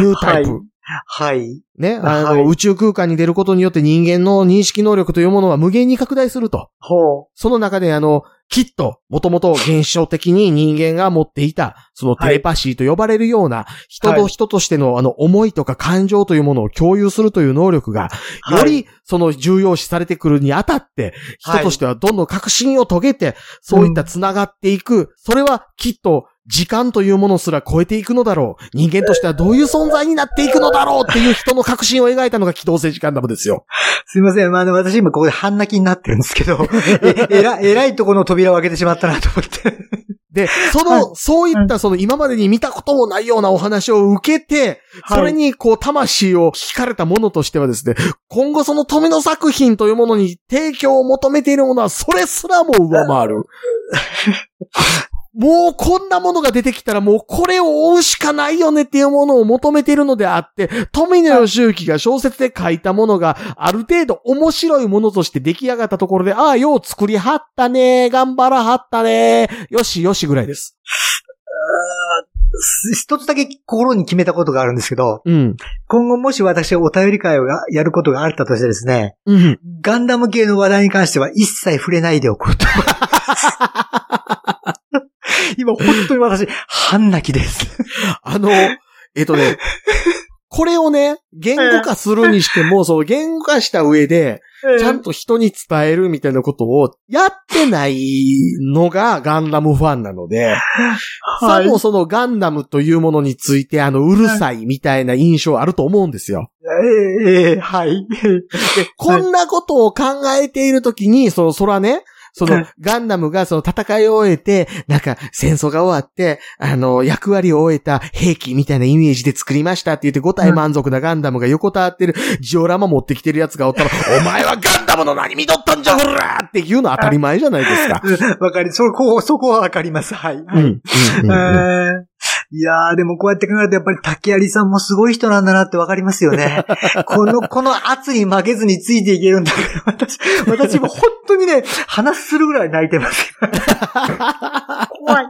ニュータイプ。
ははい。
ね、あの、
はい
宇宙空間に出ることによって人間の認識能力というものは無限に拡大すると。
ほう。
その中であの、きっと、もともと現象的に人間が持っていた、そのテレパシーと呼ばれるような、人
は
と
い
人としてのあの思いとか感情というものを共有するという能力が、よ
はい、
りその重要視されてくるにあたって、
はい
人としてはどんどん革新を遂げて、そういった繋がっていく、それはきっと時間というものすら超えていくのだろう。人間としてはどういう存在になっていくのだろうっていう人の革新を描いたのが機動戦士ガンダムですよ。
すいません。まあ、あの、私今ここで半泣きになってるんですけど、
[LAUGHS]
え、えら、えらいとこの扉を開けてしまったなと思って。 [LAUGHS]
で、その、そういったその今までに見たこともないようなお話を受けて、
はい
それにこう魂を惹かれたものとしてはですね、今後その富の作品というものに提供を求めているものはそれすらも上回る。もうこんなものが出てきたらもうこれを追うしかないよねっていうものを求めているのであって、富野義行が小説で書いたものがある程度面白いものとして出来上がったところで、ああ、よう作りはったね頑張らはったねよしよしぐらいです。
す一つだけ心に決めたことがあるんですけど、
うん。
今後もし私お便り会をややることがあったとしてですね、
うん。
ガンダム系の話題に関しては一切触れないでおこうと思います。今本当に私、半泣きです。
あの、えっと [LAUGHS] ね、これをね、言語化するにしても、その言語化した上で、ちゃんと人に伝えるみたいなことをやってないのがガンダムファンなので、
は
さ
い
もそのガンダムというものについて、あの、うるさいみたいな印象あると思うんですよ。
ええええはい。 [LAUGHS]
で、こんなことを考えているときに、その、そらね、その、ガンダムがその戦いを終えて、なんか戦争が終わって、あの、役割を終えた兵器みたいなイメージで作りましたって言って5体満足なガンダムが横たわってるジオラマ持ってきてるやつがお [LAUGHS] ったら、お前はガンダムの何見とったんじゃこらーって言うの当たり前じゃないですか。
わかり、そこ、そこはわかります。はい。
うん。うんうんうん
えーいやー、でもこうやって考えると、やっぱり竹有さんもすごい人なんだなってわかりますよね。この、この圧に負けずについていけるんだから、私、私も本当にね、話するぐらい泣いてます。
[LAUGHS]
怖い。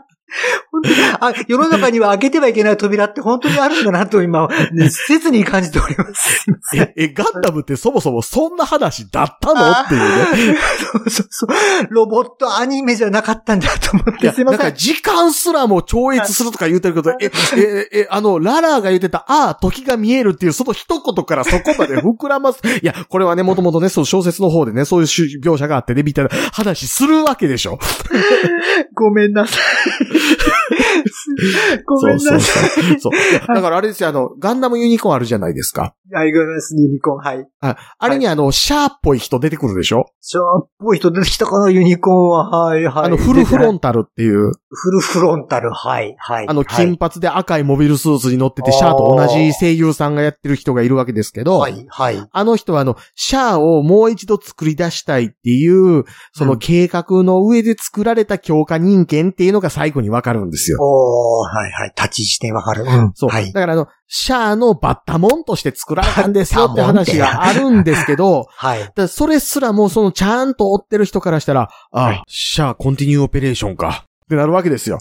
本当にあ世の中には開けてはいけない扉って本当にあるんだなと今、ね、切に感じております。すいません
え、え、ガンダムってそもそもそんな話だったのっていうね。
そうそうそう。ロボットアニメじゃなかったんだと思っ
い
て、
や
すいませ
なん
ん
か。時間すらも超越するとか言うてるけど、え、え、え、あの、ララーが言ってた、ああ、時が見えるっていう、その一言からそこまで膨らます。いや、これはね、もともとね、その小説の方でね、そういう描写があってね、みたいな話するわけでしょ。
ごめんなさい。 [LAUGHS] ごめんなさい。
そうそうそう。そういやだからあれですよ、あの、ガンダムユニコーンあるじゃないですか。
はい、ごめんなさい、ユニコーン。はい。
ああれにあの、シャーっぽい人出てくるでしょ
シャーっぽい人出てきたかな、ユニコーンは。はい、はい。
あの、フルフ
ン。
ロンタルっていう、
フルフロンタル、はい、はい。
あ
は
の、
い
金髪で赤いモビルスーツに乗ってて、シャーと同じ声優さんがやってる人がいるわけですけど、
はい、はい。
あの人はあの、シャアをもう一度作り出したいっていう、その計画の上で作られた強化人間っていうのが最後にわかるんですよ。
おー、はい、はい。立ち位置でわかる。うん。
そう。
はい。
だからあの、シャアのバッタモンとして作られたんですよって
バッタモンって
話があるんですけど、
はい。
だからそれすらもうそのちゃんと追ってる人からしたら、あ、シャアコンティニューオペレーションか。ってなるわけですよ。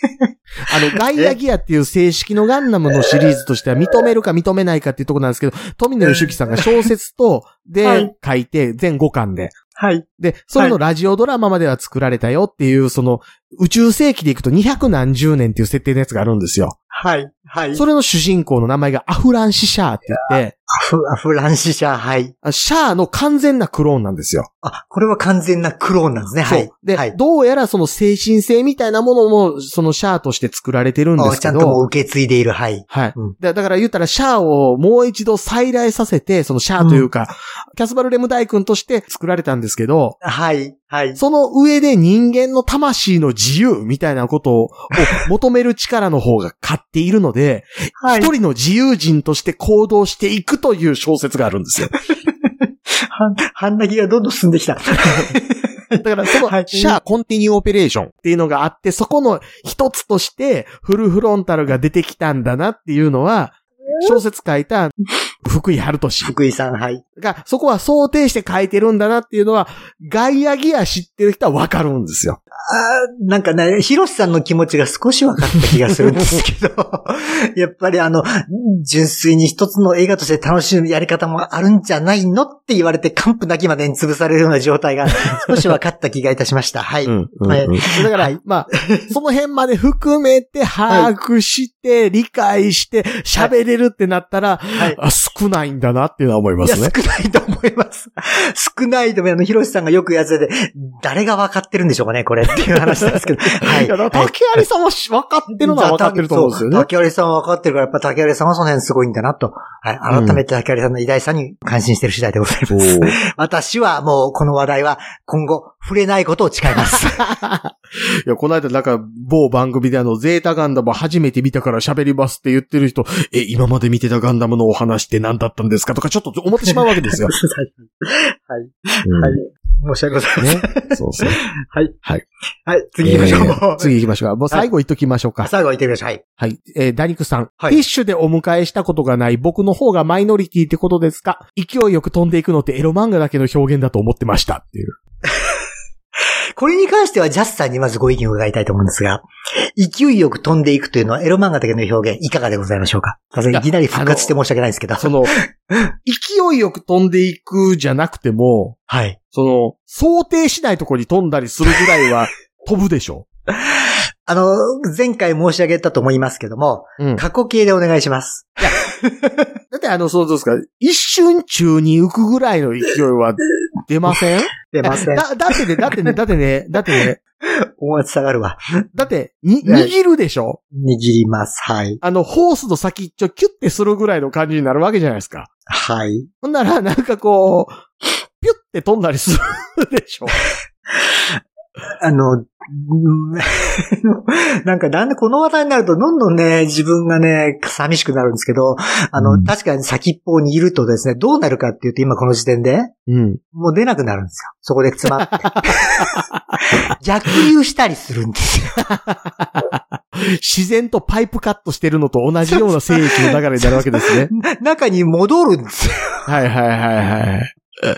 [LAUGHS] あの、ガイアギアっていう正式のガンダムのシリーズとしては認めるか認めないかっていうところなんですけど、富野義行さんが小説と、
はい
で、書いて、全5巻で。
はい。
で、それのラジオドラマまでは作られたよっていう、その、宇宙世紀でいくと200何十年っていう設定のやつがあるんですよ。
はい。はい。
それの主人公の名前がアフランシシャーって言って、
アフ、アフランシシャー、はい。
あシャーの完全なクローンなんですよ。
あ、これは完全なクローンなんですね。は
そう
い。。
で、
はい。
どうやらその精神性みたいなものも、そのシャアとして作られてるんで
あ
す
ちゃ
け
んともう
ど、
受け継いでいる。はい。
はい
うん。
だだから言ったら、シャアをもう一度再来させて、そのシャアというか、キャスバルレム大君として作られたんですけど、
はい。はい。
その上で人間の魂の自由みたいなことをを求める力の方が勝っているので、
はい。
一人の自由人として行動していくという小説があるんですよ。
[LAUGHS] はん、はんなぎがどんどん進んできた。
だからその
はい、
シャアコンティニューオペレーションっていうのがあって、そこの一つとしてフルフロンタルが出てきたんだなっていうのは、小説書いた福井春俊
福井さん、はい。
が、そこは想定して書いてるんだなっていうのは、ガイアギア知ってる人はわかるんですよ。
あーなんかね、ヒロシさんの気持ちが少し分かった気がするんですけど、 [LAUGHS] やっぱりあの、純粋に一つの映画として楽しむやり方もあるんじゃないのって言われて、完膚なきまでに潰されるような状態が少し分かった気がいたしました。はい。
ん
んうん
だから、
はい
まあ、その辺まで含めて、把握して、理解して、喋れるってなったら、
はい。
あ少ないんだなっていうのは思いま
いや、
す
少
ね。
ないと思います。 [LAUGHS] 少ないと思います。あの、ヒロシさんがよくやつで、誰が分かってるんでしょうかね、これっていう話なんです
[LAUGHS]
けど。はいい。
や、だから
はい
竹有さんはし分かってるのは分かってると思うんですよね
そう。竹割さんは分かってるから、やっぱ竹割さんはその辺すごいんだなと。はい。改めて竹割さんの偉大さに感心してる次第でございます。 [LAUGHS]
そう
私はもうこの話題は今後触れないことを誓い
[LAUGHS]
ます。
いや、この間、なんか、某番組であの、ゼータガンダム初めて見たから喋りますって言ってる人、え、今まで見てたガンダムのお話って何だったんですかとか、ちょっと思ってしまうわけですよ。
はい。はい。申し訳ございません。
ね。そうそう。
はい。
はい。
はい。次行きまし
え
ょ
ー
う。
[LAUGHS] 次行きま [LAUGHS] しょうか。もう最後言っときましょうか。
[LAUGHS] 最後行ってみましょう。はい。
はい。えー、ダニクさん。
はい
ティッシュでお迎えしたことがない僕の方がマイノリティってことですか勢いよく飛んでいくのってエロ漫画だけの表現だと思ってましたっていう。
これに関してはジャスさんにまずご意見を伺いたいと思うんですが、勢いよく飛んでいくというのはエロ漫画だけの表現いかがでございましょうかいきなり復活して申し訳ないですけど。
その、 [LAUGHS] 勢いよく飛んでいくじゃなくても、
はい。
その、想定しないとこに飛んだりするぐらいは飛ぶでしょ
あの、前回申し上げたと思いますけども、
うん
過去形でお願いします。
だってあの、そうですか、一瞬中に浮くぐらいの勢いは出ません
[LAUGHS] 出ません。
だ、だってね、だってね、だってね、だってね、
音圧下がるわ。
だって、に、握るでしょ
握ります。はい。
あの、ホースの先っちょキュッてするぐらいの感じになるわけじゃないですか。
はい。
ほんなら、なんかこう、ピュって飛んだりするでしょ。
あの、うん [LAUGHS] なんかなんでこの話題になるとどんどんね、自分がね、寂しくなるんですけど、あの、
うん
確かに先っぽにいるとですね、どうなるかっていうと今この時点で、
うん。
もう出なくなるんですよ。そこで詰まって。 [LAUGHS] 逆流したりするんですよ。
自然とパイプカットしてるのと同じような精液の流れになるわけです
[LAUGHS]
ね。
[LAUGHS] 中に戻るんですよ。
はいはいはいはい。
そ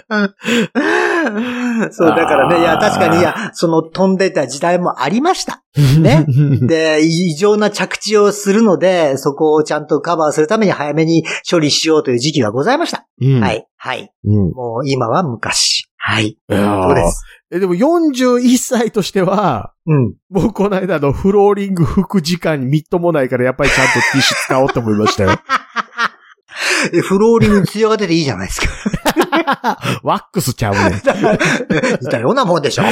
う、だからね、いや、
あー
確かに、いや、その飛んでた時代もありました。 [LAUGHS] ねで、異常な着地をするので、そこをちゃんとカバーするために早めに処理しようという時期がございました。
うん。
は。い。はい。
うん。
もう今は昔。はい。
いやー
そうです。
え、でも41歳としては、
うん。
僕この間のフローリング拭く時間にみっともないからやっぱりちゃんとティッシュ使おうと思いましたよ。
えフローリングに艶が出ていいじゃないですか。
ワックスちゃうねん。
似たようなもん
[LAUGHS]
でしょ。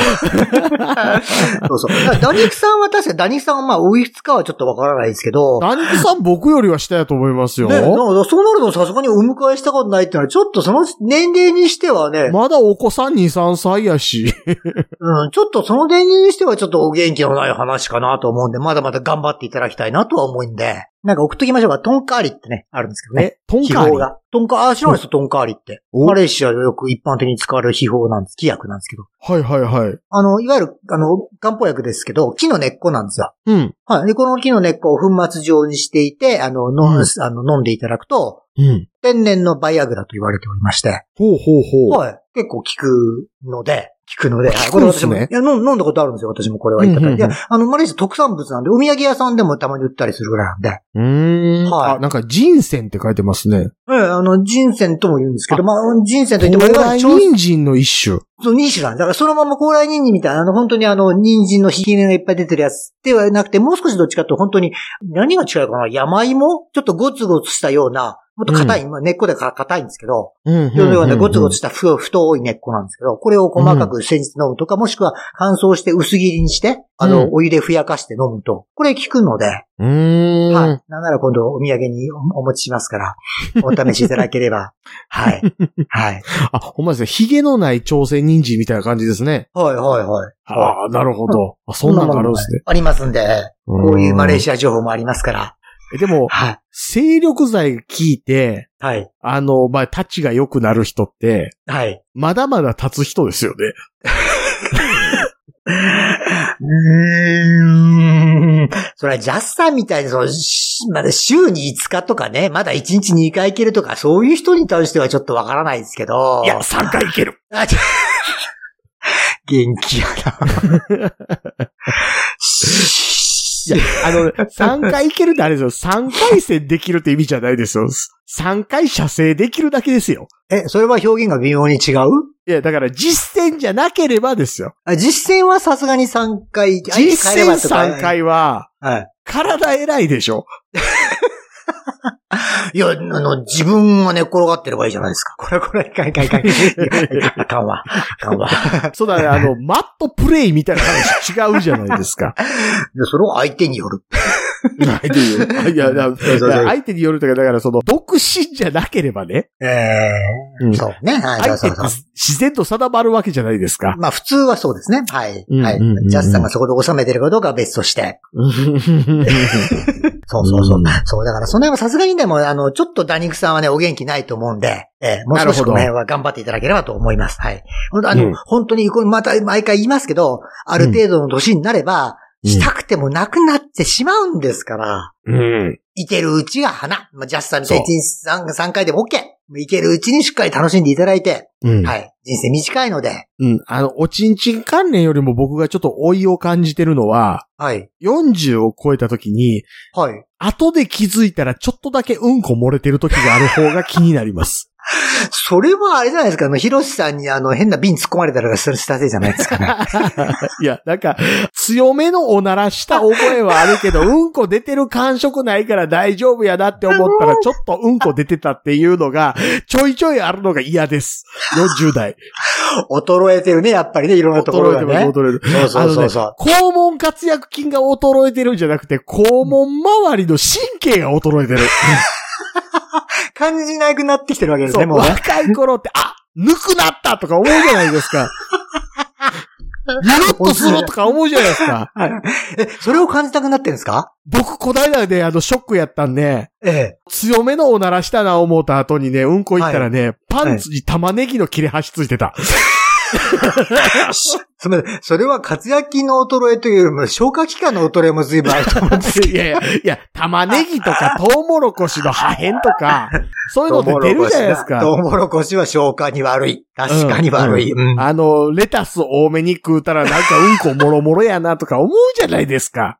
そうそう。だからダニクさんは確かにダニクさんはまあ、おいくつかはちょっとわからないですけど、
ダニクさん僕よりは下やと思いますよ。
ね、なんかそうなるとさすがにお迎えしたことないってのは、ちょっとその年齢にしてはね、
まだお子さん2、3歳やし。
うん、ちょっとその年齢にしてはちょっとお元気のない話かなと思うんで、まだまだ頑張っていただきたいなとは思うんで、なんか送っときましょうか。トンカーリってね、あるんですけどね。
え、トン
秘
カー
宝
リ
が。トンカー、あ、知らないですよ、トンカーリって。
お
マレーシアでよく一般的に使われる秘宝なんです。木薬なんですけど。
はいはいはい。
あの、いわゆる、あの、漢方薬ですけど、木の根っこなんですよ。
うん。
はい。で、この木の根っこを粉末状にしていて、あの、の
うん
あの飲んでいただくと、
うん。
天然のバイアグラと言われておりまして、
ほうほうほう。
はい。結構効くので、効くので、はい。こ
効く
れ
んす
私も、
ね
いや飲ん、飲んだことあるんですよ、私もこれはいただいて。
うんうんうん
あの、マレーシア特産物なんで、お土産屋さんでもたまに売ったりするぐらいなんで、
うーん。
はい
あ、なんか人参って書いてますね。
ええ、あの、人参とも言うんですけど、まあ、人参といっても、い
高
わゆ
麗
る朝
人参の一種。
そう、ニ種なんだ。だからそのまま高麗人参みたいな、あの、本当にあの、人参のひき根がいっぱい出てるやつではなくて、もう少しどっちかというと本当に、何が違うかな山芋ちょっとゴツゴツしたような、もっと硬い、まあ根っこだから硬いんですけど、
うんうん
要はね、ゴツゴツしたふ太い根っこなんですけど、これを細かく煎じて飲むとか、もしくは乾燥して薄切りにして、あ
う
の
ん、
お湯でふやかして飲むと、これ効くので、
うーん。
はい。なんなら今度お土産におお持ちしますから、お試しいただけれ
[LAUGHS]
ば、はい。はい。
あ、ほんまですね。髭のない朝鮮人参みたいな感じですね。
はいはいはい。
ああ、なるほど。あ、そんなのがあるんですね。
ありますんで、こういうマレーシア情報もありますから。
ア。でも、
はい。
精力剤効いて、
はい。
あの、まあ、タッチが良くなる人って、
はい。
まだまだ立つ人ですよね。
うーん。それはジャスさんみたいに、その、しまだ週に5日とかね、まだ1日2回行けるとか、そういう人に対してはちょっとわからないですけど。[LAUGHS]
いや、3回いける。
あちょ元気やな。し
いや、 [LAUGHS] あの、3回いけるってあれですよ。3回戦できるって意味じゃないですよ。3回射精できるだけですよ。
え、それは表現が微妙に違う
いや、だから実践じゃなければですよ。
あ実践はさすがに3回、
実践3。回は、
はい。
体偉いでしょ。
いや、あの、自分が寝っ転がってればいいじゃないですか。これこれ、いかんいかんいかん。いやあかんわ。あかんわ。
そうだね、あの、 [LAUGHS] マットプレイみたいな話違うじゃないですか。 [LAUGHS]
でそれを相手による。
相手による。いや、だ
そうそう
だ相手によるとか、だからその、独身じゃなければね、
ええ
うん
そうね。はい、そ
相
うそ
手っ
う
て
そう。
自然と定まるわけじゃないですか。
[LAUGHS] まあ、普通はそうですね。はい。
うん
はい
うんうんうん。
ジャスさんがそこで収めてるかどうかは別として。そうそうそう。
うん
そう、だからその辺はさすがにでも、あの、ちょっとダニクさんはね、お元気ないと思うんで、ええもう少し
なるほど
この辺は頑張っていただければと思います。はい。ほんとあの、
うん
本当に、これまた毎回言いますけど、ある程度の年になれば、
うん
したくてもなくなってしまうんですから。
うん。
いけるうちが花。まあ、ジャスさんみたいに
そ
1日 3, 回でも OK。もういけるうちにしっかり楽しんでいただいて。
うん。
はい。人生短いので。
うん。あの、おちんちん関連よりも僕がちょっと老いを感じてるのは、
はい。
40を超えた時に、
はい。
後で気づいたらちょっとだけうんこ漏れてる時がある方が気になります。 [LAUGHS]
それはあれじゃないですか。あの、ヒロシさんにあの、変な瓶突っ込まれたらそれしたせいじゃないですか [LAUGHS] ね。
いや、なんか、強めのおならした覚えはあるけど、 [LAUGHS] うんこ出てる感触ないから大丈夫やなって思
[LAUGHS]
ったら、ちょっとうんこ出てたっていうのが、ちょいちょいあるのが嫌です。40代。
衰えてるね、やっぱりね、いろん [LAUGHS] なところがね。
衰えてる。
そうそうそうそう。
肛門活躍筋が衰えてるんじゃなくて、肛門周りの神経が衰えてる。
[LAUGHS] 感じなくなってきてるわけです
そ
ね、
う、
もうね。
若い頃って、あぬくなったとか思うじゃないですか。ゆるっとするとか思うじゃないですか。
え、それを感じたくなってるんですか
僕、こないだで、あの、ショックやったんで、
ええ。
強めのおならしたな思うた後にね、うんこ行ったらね、パンツに玉ねぎの切れ端ついてた。
すみません。それは活躍の衰えというよりも、消化器官の衰えも随分あると思うんです
いやいや、いや、玉ねぎとか、トウモロコシの破片とか、そういうのって出るじゃないですか。
トウモロコシは消化に悪い。確かに悪い。うん
あの、レタス多めに食うたらなんかうんこもろもろやなとか思うじゃないで
[LAUGHS]
すか。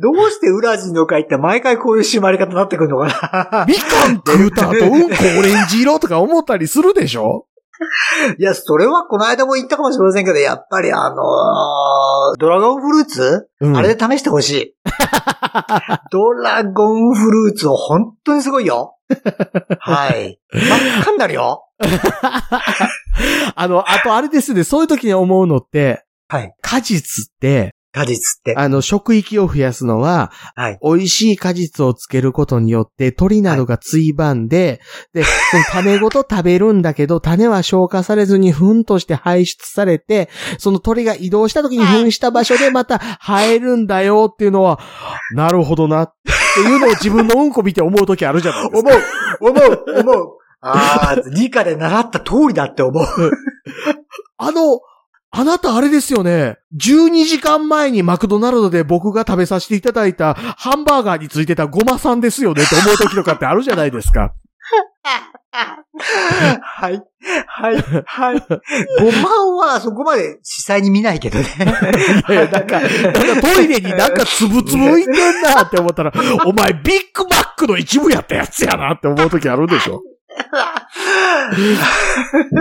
どうしてウラジンの会って毎回こういう締まり方になってくるのかな
みかん食うた後うんこオレンジ色とか思ったりするでしょ
[LAUGHS] いや、それはこの間も言ったかもしれませんけど、やっぱりあのードラゴンフルーツ、
うん
あれで試してほし [LAUGHS] い。ドラゴンフルーツは本当にすごいよ。はい。真っ赤になるよ。
あの、あとあれですね、そういう時に思うのって、
はい。
果実って、
果実って。
あの、食域を増やすのは、
はい
美味しい果実をつけることによって、鳥などがついばんで、で、その種ごと食べるんだ [LAUGHS] けど、種は消化されずに糞として排出されて、その鳥が移動した時に糞した場所でまた生えるんだよっていうのは、なるほどなっていうのを自分のうんこ見て思う時あるじゃないです
思
か。
う、思う、思う。 [LAUGHS] ああ、理科で習った通りだって思う。
あの、あなたあれですよね。12時間前にマクドナルドで僕が食べさせていただいたハンバーガーについてたゴマさんですよねって思う時とかってあるじゃないです [LAUGHS] か。
はい、はい、はい。 [LAUGHS] ごまはそこまで実際に見 [LAUGHS] ないけどね。
いやいやなんか、なんかトイレになんかつぶつぶ浮いてんなって思った [LAUGHS] ら、お前ビッグマックの一部やったやつやなって思う時あるでしょ。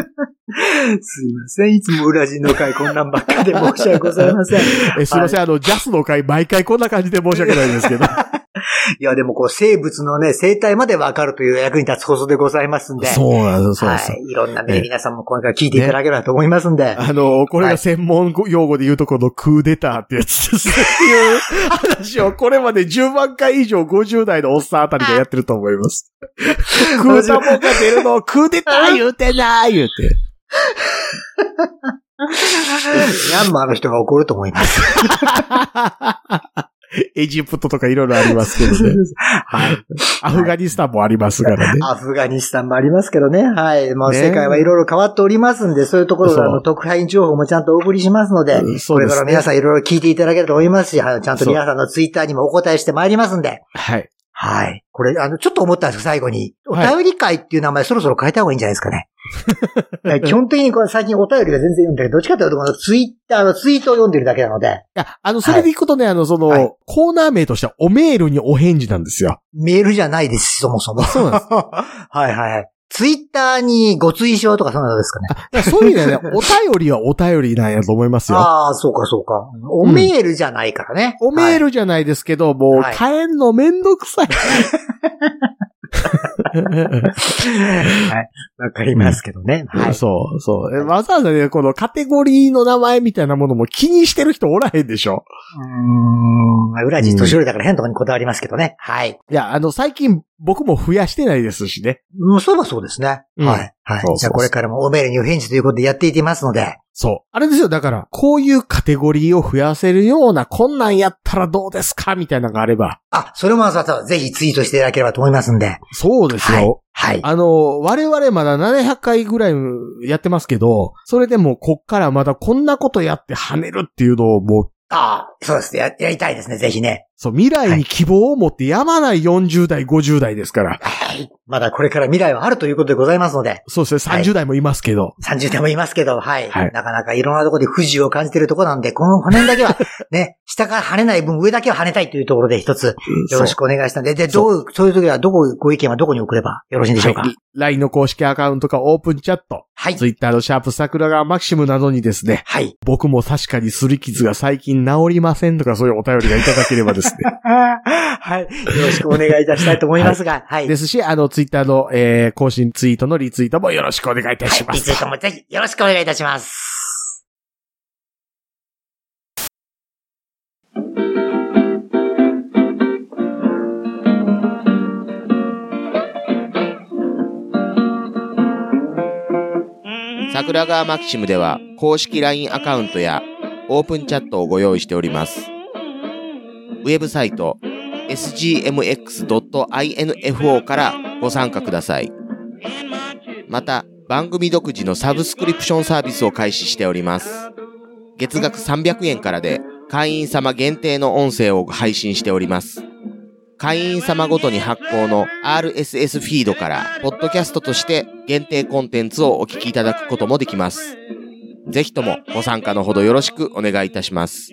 すいません。いつも裏人の会こんなんばっかで申し訳ございま [LAUGHS] せん。い
えすいません、あの、ジャスの回毎回こんな感じで申し訳ないんですけど。
や、でもこう、生物のね、生態までわかるという役に立つ放送でございますんで。う
うなんで
はい。いろんな
え
ね、
え
皆さんもこれから聞いていただければと思いますん [LAUGHS] で。
あの、これが専門用語で言うとこのクーデターってやつですね。っていう話をこれまで10万回以上50代のおっさんあたりがやってると思います。 [LAUGHS] クータモンが出るのをクーデター言うてなー言うて。
ミャンマーの人が怒ると思います。
エジプトとかいろいろありますけどね。
はい。
[LAUGHS] アフガニスタンもありますからね。
アフガニスタンもありますけどね。はい。まあ、
ね
世界はいろいろ変わっておりますんで、そういうところ
そう
が、あの、特派員情報もちゃんとお送りしますので、
うんそ
こ
うで
れ
すね
から皆さんいろいろ聞いていただければと思いますし、はいちゃんと
そう
皆さんのツイッターにもお答えしてまいりますんで。
はい。
はい。これ、あの、ちょっと思ったんですけど、最後に。お
はい
便り会っていう名前そろそろ変えた方がいいんじゃないですか
[LAUGHS]
ね。え基本的にこれ最近お便りが全然読んでる。どっちかというと、このツイッターのツイートを読んでるだけなので、
いや、あの、それでいくことね、あの、その、
はい
コーナー名としてはおメールにお返事なんですよ。
メールじゃないですし、そもそも。
[LAUGHS] そうなんです。
はいはいはい。ツイッターにご追奨とかそんなのですかね。
いやそういう意味ではね、お [LAUGHS] 便りはお便りなんやと思いますよ。
ああ、そうかそうか。おメールじゃないからね。
おメー
ル。
ルじゃないですけど、もう、
はい
変えんのめんどくさい。
はい。わかりますけどね。はい。
[LAUGHS] そう、そう。えわざわざね、このカテゴリーの名前みたいなものも気にしてる人おらへんでしょ。
うーん。裏地年寄りだから変なところにこだわりますけどね。はい。
いや、あの、最近僕も増やしてないですしね。
うん、そうはそうですね。
うん
はい。は
そうそうそう
い。じゃあこれからもおメールにお返事ということでやっていきますので。
そう。あれですよ、だから、こういうカテゴリーを増やせるような、こんなんやったらどうですかみたいなのがあれば。
あ、それもさ、さぜひツイートしていただければと思いますんで。
そうですよ。
はい。はい。
あの、我々まだ700回ぐらいやってますけど、それでもこっからまだこんなことやって跳ねるっていうのをもう、
あーそうですね。や、やりたいですね。ぜひね。
そう、未来に希望を持ってやまない40代、50代ですから。
はい。まだこれから未来はあるということでございますので。
そうですね、
はい
30代もいますけど。
30でもいますけど、はい。
はい
なかなかいろんなところで不自由を感じているところなんで、この骨だけ
[LAUGHS]
は、ね、下から跳ねない分上だけは跳ねたいというところで一つよろし
く
くお願いしたんで、で、どう、そういう時はどこ、ご意見はどこに送ればよろしいんでしょうか。はい。
LINE の公式アカウントかオープンチャット、
はい。
Twitter のシャープ桜川マキシムなどにですね、
はい。
僕も確かに擦り傷が最近治りませんとかそういうお便りがいただければですね。
よろしくお願いいたしたいと思いますが、はい。
で
はい
すし、あの、Twitter の、えー更新ツイートのリツイートもよろしくお願いいたしま
リ
す。
ツイートもぜひよろしくお願いいたします。
桜川マキシムでは公式 LINE アカウントやオープンチャットをご用意しております。ウェブサイト sgmx.info からご参加ください。また、番組独自のサブスクリプションサービスを開始しております。月額300円からで会員様限定の音声を配信しております。会員様ごとに発行の RSS フィードから、ポッドキャストとして限定コンテンツをお聞きいただくこともできます。ぜひともご参加のほどよろしくお願いいたします。